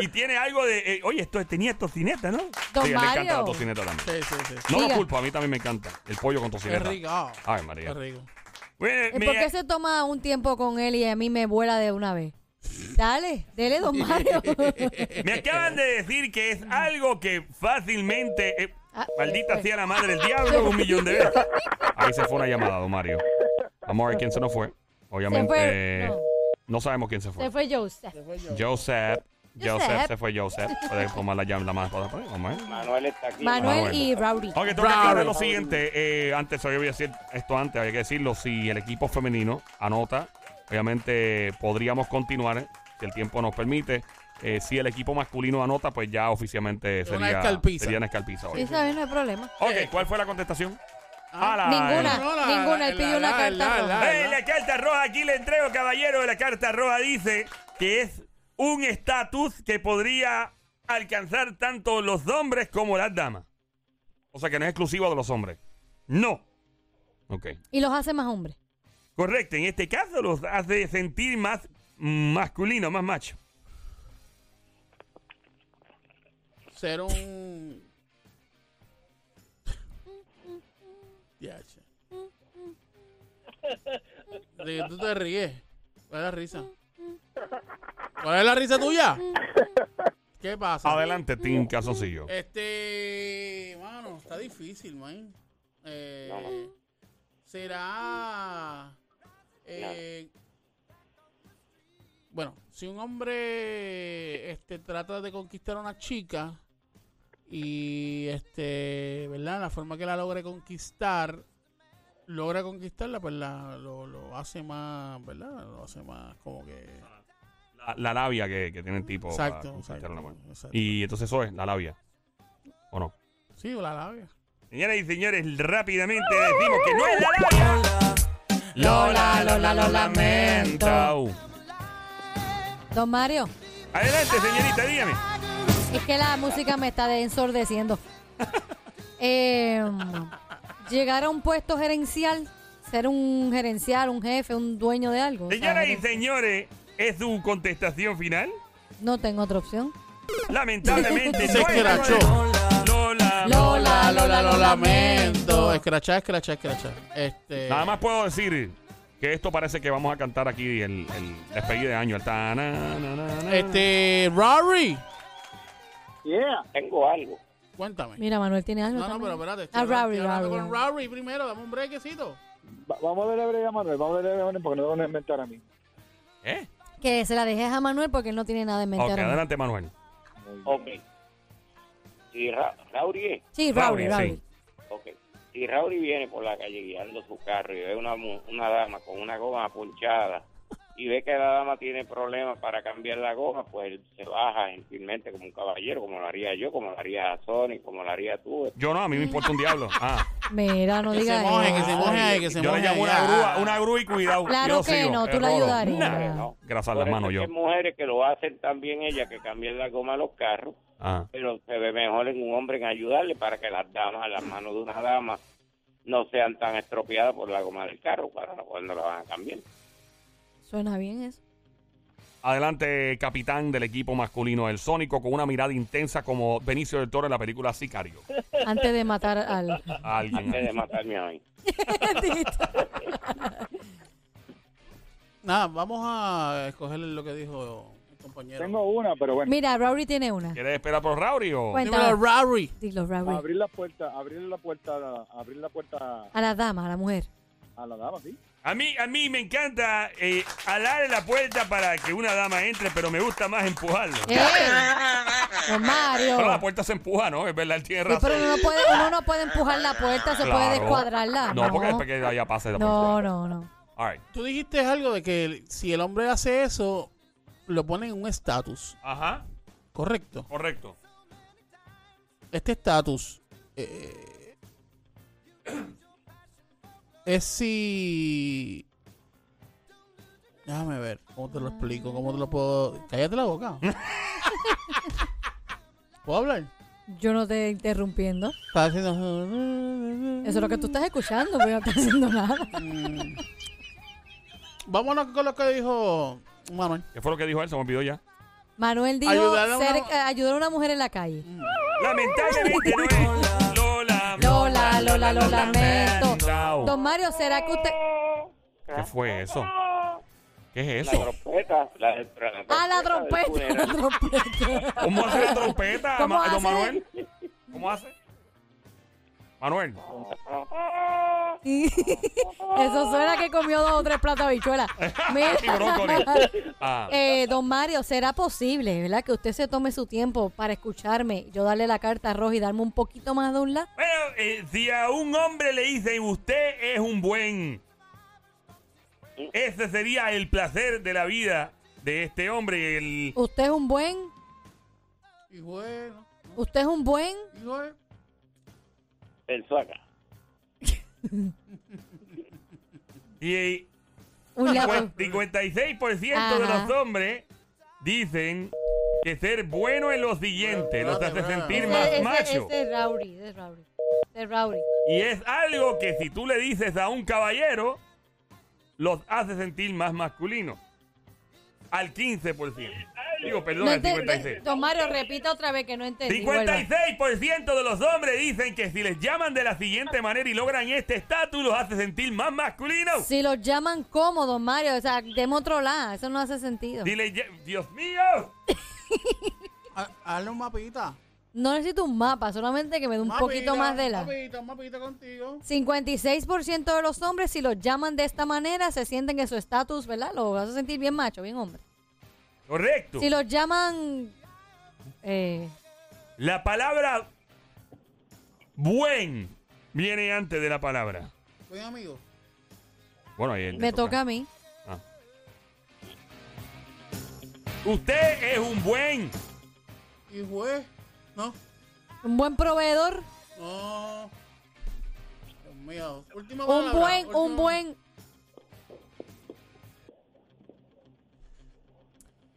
Speaker 1: Y tiene algo de. eh, oye, esto tenía tocineta, ¿no?
Speaker 3: Don
Speaker 1: sí, a él le encanta la
Speaker 3: Mario.
Speaker 1: tocineta también.
Speaker 2: Sí, sí, sí.
Speaker 1: No lo
Speaker 3: Diga.
Speaker 1: culpo, a mí también me encanta el pollo con
Speaker 2: Qué
Speaker 1: tocineta.
Speaker 2: rico.
Speaker 1: Ay, María.
Speaker 2: Qué rico. Eh,
Speaker 1: Bueno,
Speaker 3: ¿Y
Speaker 1: me-
Speaker 3: ¿Por qué se toma un tiempo con él y a mí me vuela de una vez? Dale, dele, don Mario.
Speaker 1: Me acaban de decir que es algo que fácilmente. eh,
Speaker 3: Ah,
Speaker 1: maldita
Speaker 3: pues.
Speaker 1: sea la madre del diablo, un millón de veces. Ahí se fue una llamada, don Mario. Vamos a ver quién se nos fue. Obviamente. eh,
Speaker 3: fue- no.
Speaker 1: no sabemos quién se fue.
Speaker 3: Se fue Joseph.
Speaker 2: Se fue yo.
Speaker 1: Joseph. Joseph.
Speaker 3: Joseph.
Speaker 1: se fue Joseph. Puedes tomar la llamada. más. Vamos a ver.
Speaker 5: Manuel está aquí.
Speaker 3: Manuel
Speaker 1: Manuel.
Speaker 3: y Rowdy.
Speaker 1: Ok, tengo que aclarar lo siguiente. Eh, antes, había que decir esto antes, había que decirlo. Si el equipo femenino anota, obviamente podríamos continuar, si el tiempo nos permite. Eh, si el equipo masculino anota, pues ya oficialmente
Speaker 2: Es
Speaker 1: sería
Speaker 2: una escalpiza.
Speaker 1: sería una escalpiza hoy.
Speaker 3: Sí, sabes, no hay problema.
Speaker 1: Ok, ¿cuál fue la contestación?
Speaker 2: Ah,
Speaker 1: A la-
Speaker 3: Ninguna,
Speaker 2: no, la-
Speaker 3: ninguna.
Speaker 2: la-
Speaker 3: Él pidió
Speaker 2: la-
Speaker 3: una
Speaker 2: la-
Speaker 3: carta
Speaker 2: la-
Speaker 3: roja.
Speaker 2: la-
Speaker 1: Eh, la carta roja aquí le entrego, caballero. La carta roja dice que es un estatus que podría alcanzar tanto los hombres como las damas. O sea que no es exclusivo de los hombres. No. Ok.
Speaker 3: Y los hace más hombres.
Speaker 1: Correcto. En este caso los hace sentir más masculino, más macho.
Speaker 2: Ser un. Diache. De que tú te ríes. ¿Cuál es la risa? ¿Cuál es la risa tuya? ¿Qué pasa?
Speaker 1: Adelante, Tim Casoncillo.
Speaker 2: Este, mano, está difícil, man. Eh, Será. eh, Bueno, si un hombre este, trata de conquistar a una chica y, este, ¿verdad? La forma que la logre conquistar, logra conquistarla, pues la, lo, lo hace más, ¿verdad? Lo hace más como que.
Speaker 1: la, la labia que, que tiene el tipo. para
Speaker 2: Exacto,
Speaker 1: conquistar
Speaker 2: exacto,
Speaker 1: una mujer.
Speaker 2: exacto.
Speaker 1: Y entonces eso es la labia. ¿O no?
Speaker 2: Sí, o la labia.
Speaker 1: Señoras y señores, rápidamente decimos que no es la labia.
Speaker 2: Lola, Lola, lo lamento.
Speaker 3: Don Mario,
Speaker 1: Adelante, señorita, dígame.
Speaker 3: es que la música me está ensordeciendo. Eh, llegar a un puesto gerencial, ser un gerencial, un jefe, un dueño de algo. o sea,
Speaker 1: Señoras y
Speaker 3: gerencia.
Speaker 1: señores, ¿es su contestación final?
Speaker 3: No tengo otra opción.
Speaker 1: Lamentablemente
Speaker 2: Se
Speaker 1: no es la
Speaker 2: escrachó.
Speaker 1: labia. Lola.
Speaker 2: Lola, Lola, lo lamento. Escrachar, escrachar, escrachar. Este,
Speaker 1: Nada más puedo decir que esto parece que vamos a cantar aquí el, el despedida de año. El ta- na- na- na- na.
Speaker 2: Este, Rory,
Speaker 7: Yeah.
Speaker 5: Tengo algo.
Speaker 2: cuéntame.
Speaker 3: Mira, Manuel tiene
Speaker 2: No,
Speaker 3: algo.
Speaker 2: no,
Speaker 3: también.
Speaker 2: pero espérate. Estoy,
Speaker 3: Ah,
Speaker 2: hablando-
Speaker 3: Ravi,
Speaker 2: estoy hablando
Speaker 3: Ravi,
Speaker 2: con
Speaker 3: Ravi.
Speaker 2: Rory primero. Dame un brequecito.
Speaker 7: Va- vamos a darle breve a Manuel, vamos a darle breve a Manuel porque no van a inventar a mí.
Speaker 1: ¿Eh?
Speaker 3: Que se la dejes a Manuel porque él no tiene nada en mente.
Speaker 1: Ok,
Speaker 3: ahora mismo.
Speaker 1: adelante, Manuel.
Speaker 5: Ok. Si Ra Rauri es,
Speaker 3: Sí, Raúl,
Speaker 1: Raúl,
Speaker 3: Raúl.
Speaker 5: ok. Si Rauri viene por la calle guiando su carro y ve una, mu- una dama con una goma punchada y ve que la dama tiene problemas para cambiar la goma, pues él se baja gentilmente como un caballero, como lo haría yo, como lo haría Sony, como lo haría tú.
Speaker 1: Yo no, a mí me importa un diablo. Ah,
Speaker 3: Mira, no
Speaker 2: Que se
Speaker 3: digas
Speaker 2: mojen, que
Speaker 3: eso.
Speaker 2: se mojen ahí, que se
Speaker 1: yo le
Speaker 2: mojen
Speaker 1: llamo una
Speaker 2: allá.
Speaker 1: grúa, una grúa y cuidado.
Speaker 3: Claro
Speaker 1: yo
Speaker 3: que
Speaker 1: sigo,
Speaker 3: no, tú
Speaker 1: el
Speaker 3: la
Speaker 1: rolo.
Speaker 3: ayudarías.
Speaker 1: Nah.
Speaker 5: No.
Speaker 1: Grasa en las
Speaker 5: Por este eso
Speaker 1: manos
Speaker 5: es
Speaker 1: yo.
Speaker 5: que Hay mujeres que lo hacen también ellas, que cambian la goma a los carros.
Speaker 1: Ah.
Speaker 5: pero se ve mejor en un hombre en ayudarle para que las damas, las manos de una dama, no sean tan estropeadas por la goma del carro para cuando la van a cambiar.
Speaker 3: Suena bien eso.
Speaker 1: Adelante, capitán del equipo masculino, el Sónico, con una mirada intensa como Benicio del Toro en la película Sicario.
Speaker 3: Antes de matar al.
Speaker 1: A alguien.
Speaker 5: Antes de matarme a mí.
Speaker 2: Nada, vamos a escoger lo que dijo mi compañero.
Speaker 7: Tengo una, pero bueno.
Speaker 3: Mira, Raúl tiene una.
Speaker 1: ¿Quieres esperar por Rauri o?
Speaker 3: Bueno.
Speaker 2: Dímelo, Rory.
Speaker 3: Dilo, Raúl.
Speaker 7: Abrir la puerta, abrir la puerta, a la- abrir la puerta
Speaker 3: A la dama, a la mujer.
Speaker 7: a la dama, ¿sí?
Speaker 1: A mí, a mí me encanta eh, alar la puerta para que una dama entre, pero me gusta más empujarla.
Speaker 3: ¡Ey! Don Eh, Mario.
Speaker 1: Pero la puerta se empuja, ¿no? Es verdad, él tiene
Speaker 3: Sí,
Speaker 1: razón.
Speaker 3: pero uno no, puede, uno no puede empujar la puerta, se puede
Speaker 1: Claro.
Speaker 3: descuadrarla.
Speaker 1: No, porque después que ya pase la
Speaker 3: No,
Speaker 1: puerta.
Speaker 3: no, no.
Speaker 1: All right.
Speaker 2: Tú dijiste algo de que el- si el hombre hace eso, lo pone en un estatus,
Speaker 1: Ajá,
Speaker 2: correcto.
Speaker 1: correcto.
Speaker 2: Este estatus eh, es si. Déjame ver, ¿cómo te lo explico? ¿Cómo te lo puedo.? Cállate la boca. ¿Puedo hablar?
Speaker 3: Yo no te interrumpiendo.
Speaker 2: Estás haciendo.
Speaker 3: Eso es lo que tú estás escuchando, pero yo no estoy haciendo
Speaker 2: Mm.
Speaker 3: nada.
Speaker 2: Vámonos con lo que dijo Manuel.
Speaker 1: ¿Qué fue lo que dijo él? Se me olvidó ya.
Speaker 3: Manuel dijo
Speaker 2: Ayudar a una-
Speaker 3: ser- eh, ayudar a una mujer en la calle.
Speaker 1: Lamentablemente no es. Lola.
Speaker 3: Lola, Lola, lo lamento.
Speaker 1: Chao.
Speaker 3: Don Mario, ¿será que usted...?
Speaker 1: ¿Qué fue eso? ¿Qué es
Speaker 5: La
Speaker 1: eso?
Speaker 5: trompeta, la, la,
Speaker 3: Ah, la
Speaker 5: del
Speaker 3: trompeta, la
Speaker 5: funeral.
Speaker 3: trompeta.
Speaker 1: ¿Cómo hace la trompeta,
Speaker 3: ¿Cómo
Speaker 1: Ma- eh, don
Speaker 3: hace?
Speaker 1: Manuel? ¿Cómo hace? Manuel.
Speaker 5: Ah,
Speaker 3: Eso suena que comió dos o tres platas de habichuela.
Speaker 1: Y brócoli.
Speaker 3: Mira,
Speaker 1: Ah.
Speaker 3: eh, don Mario, ¿será posible, verdad, que usted se tome su tiempo para escucharme, yo darle la carta roja y darme un poquito más de un lado?
Speaker 1: Bueno, eh, si a un hombre le dicen usted es un buen, ese sería el placer de la vida de este hombre. El,
Speaker 3: Usted es un buen,
Speaker 2: Y bueno,
Speaker 3: usted es un buen,
Speaker 2: y bueno.
Speaker 5: Pensó acá.
Speaker 1: y
Speaker 3: un lado.
Speaker 1: 56% de
Speaker 3: Ajá.
Speaker 1: los hombres dicen que ser bueno en los siguientes los hace sentir más
Speaker 3: Eh, Ese- ese-
Speaker 1: macho.
Speaker 3: ese es Rauri, ese es Rauri, ese es Rauri.
Speaker 1: Y es algo que si tú le dices a un caballero, los hace sentir más masculino. Al 15%. Digo, perdón,
Speaker 3: No
Speaker 1: al
Speaker 3: ente-
Speaker 1: 56%.
Speaker 3: Don Mario, repita otra vez que no entendí. vuelva.
Speaker 1: 56% de los hombres dicen que si les llaman de la siguiente manera y logran este estatus, los hace sentir más masculinos.
Speaker 3: Si los llaman cómodos, Mario, o sea, demos otro lado, eso no hace sentido.
Speaker 1: Dile, "Ye- Dios mío.
Speaker 2: Ha- Hazle un mapita.
Speaker 3: No necesito un mapa, solamente que me dé un
Speaker 2: Mapita,
Speaker 3: poquito más de la.
Speaker 2: Mapita, un mapita contigo.
Speaker 3: 56% de los hombres, si los llaman de esta manera, se sienten que su estatus, ¿verdad? Lo hace sentir bien macho, bien hombre.
Speaker 1: Correcto.
Speaker 3: Si los llaman. Eh,
Speaker 1: La palabra buen viene antes de la palabra.
Speaker 2: Buen amigo.
Speaker 1: Bueno, ahí
Speaker 3: me toca a mí.
Speaker 1: Ah. Usted es un buen.
Speaker 2: Y juez, no,
Speaker 3: Un buen proveedor,
Speaker 2: no. Dios mío. Última
Speaker 3: un
Speaker 2: palabra,
Speaker 3: buen, un
Speaker 2: última-
Speaker 3: buen.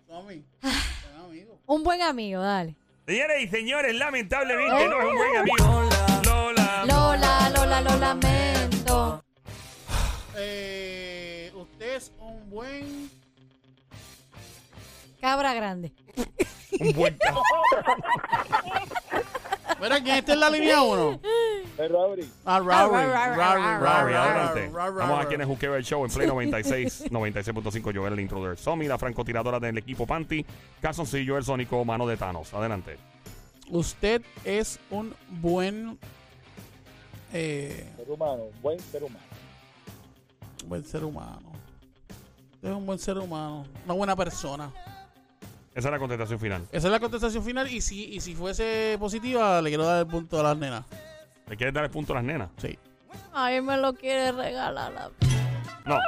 Speaker 2: Mami, buen amigo.
Speaker 3: Un buen amigo, dale.
Speaker 1: Señoras y señores, lamentablemente no es un buen amigo. Lola.
Speaker 3: Lola, Lola, lo lamento.
Speaker 2: Eh, usted es un buen.
Speaker 3: Cabra grande.
Speaker 1: Un buen ca-
Speaker 2: Mira, ¿quién está en la línea 1?
Speaker 7: Es Raúl.
Speaker 2: Ah,
Speaker 3: Ah, ra, ra, ra, ra,
Speaker 1: Rari, adelante. Vamos aquí en el Juqueo del Show en Play 96, 96.5. Joel, el intruder. Somi, la francotiradora del equipo Panty. Calzoncillo, el sónico, mano de Thanos. Adelante.
Speaker 2: Usted es un buen. Eh,
Speaker 7: Ser humano, buen ser humano.
Speaker 2: buen ser humano. Usted es un buen ser humano. Una buena persona.
Speaker 1: Esa es la contestación final.
Speaker 2: Esa es la contestación final. Y si, y si fuese positiva, le quiero dar el punto a las nenas.
Speaker 1: ¿Le quieres dar el punto a las nenas?
Speaker 2: Sí.
Speaker 3: A mí me lo quiere regalar. la-
Speaker 1: No.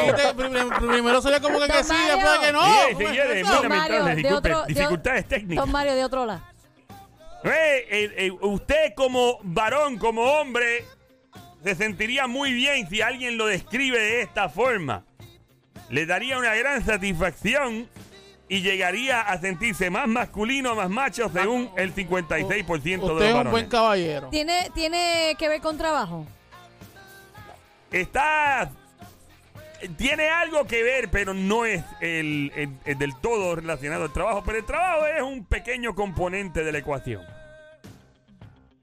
Speaker 2: Dijiste, prim- primero sería como que, que sí,
Speaker 3: Tomario.
Speaker 2: después que no.
Speaker 1: Señores,
Speaker 2: ¿Cómo es
Speaker 1: señores,
Speaker 2: eso?
Speaker 1: muy
Speaker 3: Don Mario,
Speaker 1: lamentable,
Speaker 3: de
Speaker 1: disculpe,
Speaker 3: otro- de-
Speaker 1: dificultades técnicas.
Speaker 3: Don Mario, de otro lado.
Speaker 1: Eh, eh, eh, usted como varón, como hombre, se sentiría muy bien si alguien lo describe de esta forma. Le daría una gran satisfacción y llegaría a sentirse más masculino, más macho, según el 56% de los
Speaker 2: Ah, Usted es un
Speaker 1: varones.
Speaker 2: buen caballero.
Speaker 3: ¿Tiene, ¿Tiene que ver con trabajo?
Speaker 1: Está... Tiene algo que ver, pero no es el, el- el del todo relacionado al trabajo. Pero el trabajo es un pequeño componente de la ecuación.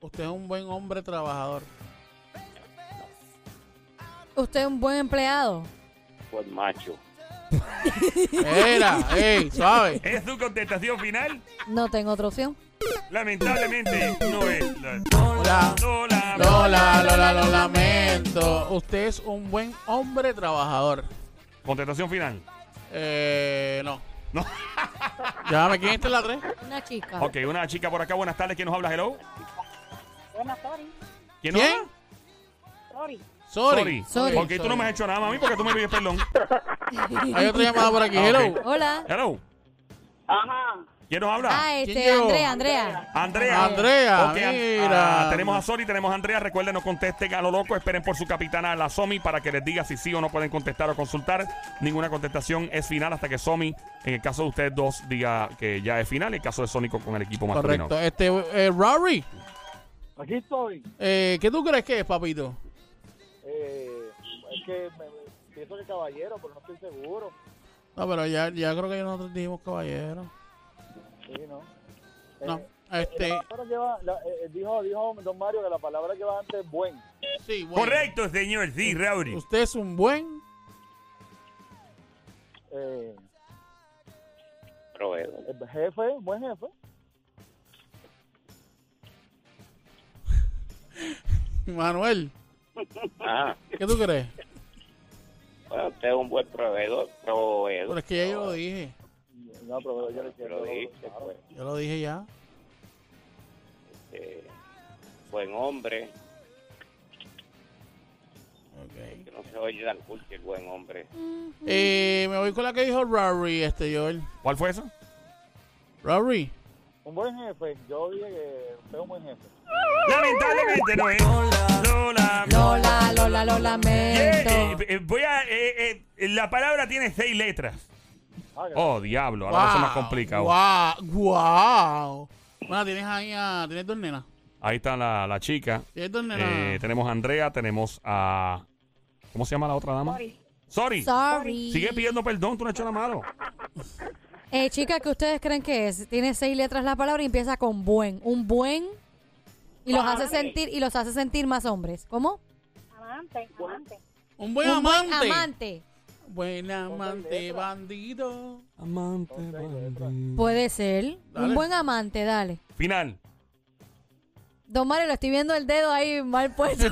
Speaker 2: Usted es un buen hombre trabajador.
Speaker 3: ¿Usted es un buen empleado?
Speaker 5: Por Pues, macho.
Speaker 2: Era, ey, suave.
Speaker 1: ¿Es su contestación final?
Speaker 3: No tengo otra opción.
Speaker 1: Lamentablemente no es. la-
Speaker 2: Hola.
Speaker 1: Lola.
Speaker 2: Lola, Lola, lo lamento. Usted es un buen hombre trabajador.
Speaker 1: Contestación final.
Speaker 2: Eh, no.
Speaker 1: No.
Speaker 2: Llámame, ¿quién está en la 3?
Speaker 3: Una chica.
Speaker 1: Ok, una chica por acá. Buenas tardes. ¿Quién nos habla? Hello.
Speaker 4: Bueno, sorry,
Speaker 1: ¿Quién, nos
Speaker 2: ¿Quién?
Speaker 1: habla?
Speaker 4: sorry.
Speaker 2: Sorry.
Speaker 3: Sorry.
Speaker 1: Ok, tú no me has hecho nada, mami, porque tú me pides perdón.
Speaker 2: Hay otra llamada por aquí.
Speaker 1: Ah,
Speaker 2: Hello.
Speaker 1: ok.
Speaker 3: Hola.
Speaker 1: Hello.
Speaker 4: Ajá.
Speaker 1: ¿Quién nos habla?
Speaker 3: Ah, este,
Speaker 2: ¿Quién llegó?
Speaker 3: Andrea, Andrea.
Speaker 1: Andrea.
Speaker 2: Andrea,
Speaker 1: Ok, an-
Speaker 2: mira.
Speaker 1: ah, tenemos a Sori, tenemos a Andrea. Recuerden, no contesten a lo loco. Esperen por su capitana, la Somi, para que les diga si sí o no pueden contestar o consultar. Ninguna contestación es final hasta que Somi, en el caso de ustedes dos, diga que ya es final. En el caso de Sónico con el equipo masculino.
Speaker 2: Correcto. Este, eh, Rory,
Speaker 7: Aquí estoy.
Speaker 2: eh, ¿qué tú crees que es, papito?
Speaker 7: Eh, es que me, me- pienso que caballero, pero no estoy seguro.
Speaker 2: No, pero ya, ya creo que nosotros dijimos caballero.
Speaker 7: Sí, ¿no?
Speaker 2: No,
Speaker 7: Eh,
Speaker 2: este,
Speaker 7: la palabra que va- la- eh, dijo, dijo Don Mario que la palabra que va antes es buen.
Speaker 2: sí, bueno.
Speaker 1: Correcto, señor. Sí, Raúl.
Speaker 2: Usted es un buen
Speaker 7: Eh,
Speaker 5: Proveedor.
Speaker 7: el jefe, buen jefe.
Speaker 2: Manuel.
Speaker 5: Ajá.
Speaker 2: ¿Qué tú crees?
Speaker 5: Ah, Bueno, usted es un buen proveedor. Proveedor.
Speaker 2: Pero es que ya yo lo dije.
Speaker 7: No, pero yo le
Speaker 5: Te lo dije, pues,
Speaker 2: Yo lo dije ya.
Speaker 5: eh, buen hombre.
Speaker 2: Ok.
Speaker 5: Que no se oye tan cool que es buen hombre.
Speaker 2: Eh, me voy con la que dijo Rory, este Joel.
Speaker 1: ¿Cuál fue eso?
Speaker 2: Rory.
Speaker 7: Un buen jefe. Yo dije que usted es un buen jefe.
Speaker 1: Lamentablemente no es. Lola.
Speaker 3: Lola, Lola, lo
Speaker 1: Eh,
Speaker 3: lamento.
Speaker 1: eh, eh, voy a. eh, eh, la palabra tiene seis letras.
Speaker 7: Ah, gracias.
Speaker 1: Oh, diablo. Ahora eso es más complicado.
Speaker 2: Wow, wow. Bueno, tienes ahí a. Tienes dos nenas.
Speaker 1: Ahí está la, la chica.
Speaker 2: Tienes dos nenas.
Speaker 1: Eh, tenemos a Andrea, tenemos a. ¿Cómo se llama la otra dama?
Speaker 4: Sorry.
Speaker 1: Sorry.
Speaker 3: Sorry.
Speaker 1: Sigue pidiendo perdón, tú no has hecho nada malo.
Speaker 3: Eh, chica, ¿qué ustedes creen que es? Tiene seis letras la palabra y empieza con buen. Un buen y los hace sentir y los hace sentir más hombres. ¿Cómo?
Speaker 4: Amante, amante.
Speaker 2: un buen
Speaker 3: Un buen
Speaker 2: amante.
Speaker 3: amante.
Speaker 2: Buen amante, bandido.
Speaker 1: Amante,
Speaker 3: Puede ser.
Speaker 2: Dale.
Speaker 3: Un buen amante, dale.
Speaker 1: Final.
Speaker 3: Don Mario, lo estoy viendo el dedo ahí mal puesto.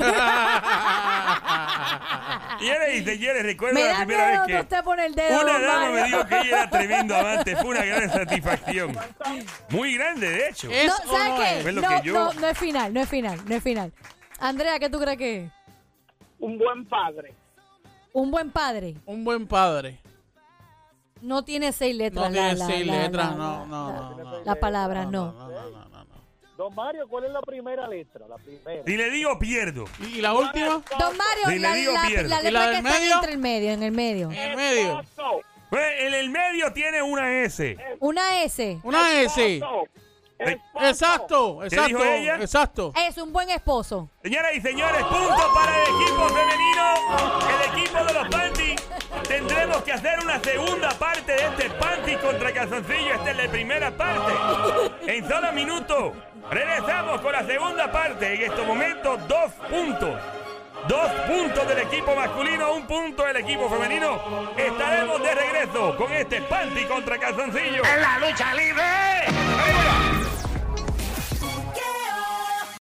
Speaker 1: Señores y señores, recuerdo
Speaker 3: Me
Speaker 1: la
Speaker 3: da
Speaker 1: primera
Speaker 3: miedo que
Speaker 1: vez que.
Speaker 3: usted pone el dedo.
Speaker 1: Una
Speaker 3: don
Speaker 1: dama
Speaker 3: Mario.
Speaker 1: me dijo que ella era tremendo amante. Fue una gran satisfacción. Muy grande, de hecho.
Speaker 2: ¿Es
Speaker 3: No,
Speaker 2: o no es?
Speaker 3: ¿sabes qué?
Speaker 1: Es lo
Speaker 3: No,
Speaker 1: que yo-
Speaker 3: no, no es final, no es final, no es final. Andrea, ¿qué tú crees que es?
Speaker 8: un buen padre.
Speaker 3: Un buen padre
Speaker 2: Un buen padre.
Speaker 3: no tiene seis letras.
Speaker 2: No tiene
Speaker 3: la- la-
Speaker 2: seis
Speaker 3: la-
Speaker 2: letras,
Speaker 3: la-
Speaker 2: no, no,
Speaker 3: la-
Speaker 2: no, no.
Speaker 3: Las palabras, no.
Speaker 2: no, no, no, no, no.
Speaker 7: Don Mario, ¿cuál es la primera letra? La primera.
Speaker 1: Y le digo pierdo.
Speaker 2: ¿Y, y la última?
Speaker 3: Don Mario,
Speaker 1: Ni le
Speaker 3: la,
Speaker 1: digo
Speaker 3: la-
Speaker 1: pierde.
Speaker 3: la
Speaker 2: ¿Y
Speaker 3: letra
Speaker 2: la
Speaker 3: que
Speaker 2: del
Speaker 3: está
Speaker 2: medio?
Speaker 3: entre el medio, en el medio.
Speaker 2: En el medio.
Speaker 1: Eh, En el medio tiene una S.
Speaker 3: Una S.
Speaker 2: Una S. Exacto, exacto,
Speaker 1: dijo ella?
Speaker 2: exacto.
Speaker 3: Es un buen esposo.
Speaker 1: Señoras y señores, punto para el equipo femenino. El equipo de los Panty. Tendremos que hacer una segunda parte de este Panty contra Calzoncillo. Esta es la primera parte. En solo minutos regresamos con la segunda parte. En estos momentos, dos puntos. Dos puntos del equipo masculino, un punto del equipo femenino. Estaremos de regreso con este Panty contra Calzoncillo. ¡En la lucha libre!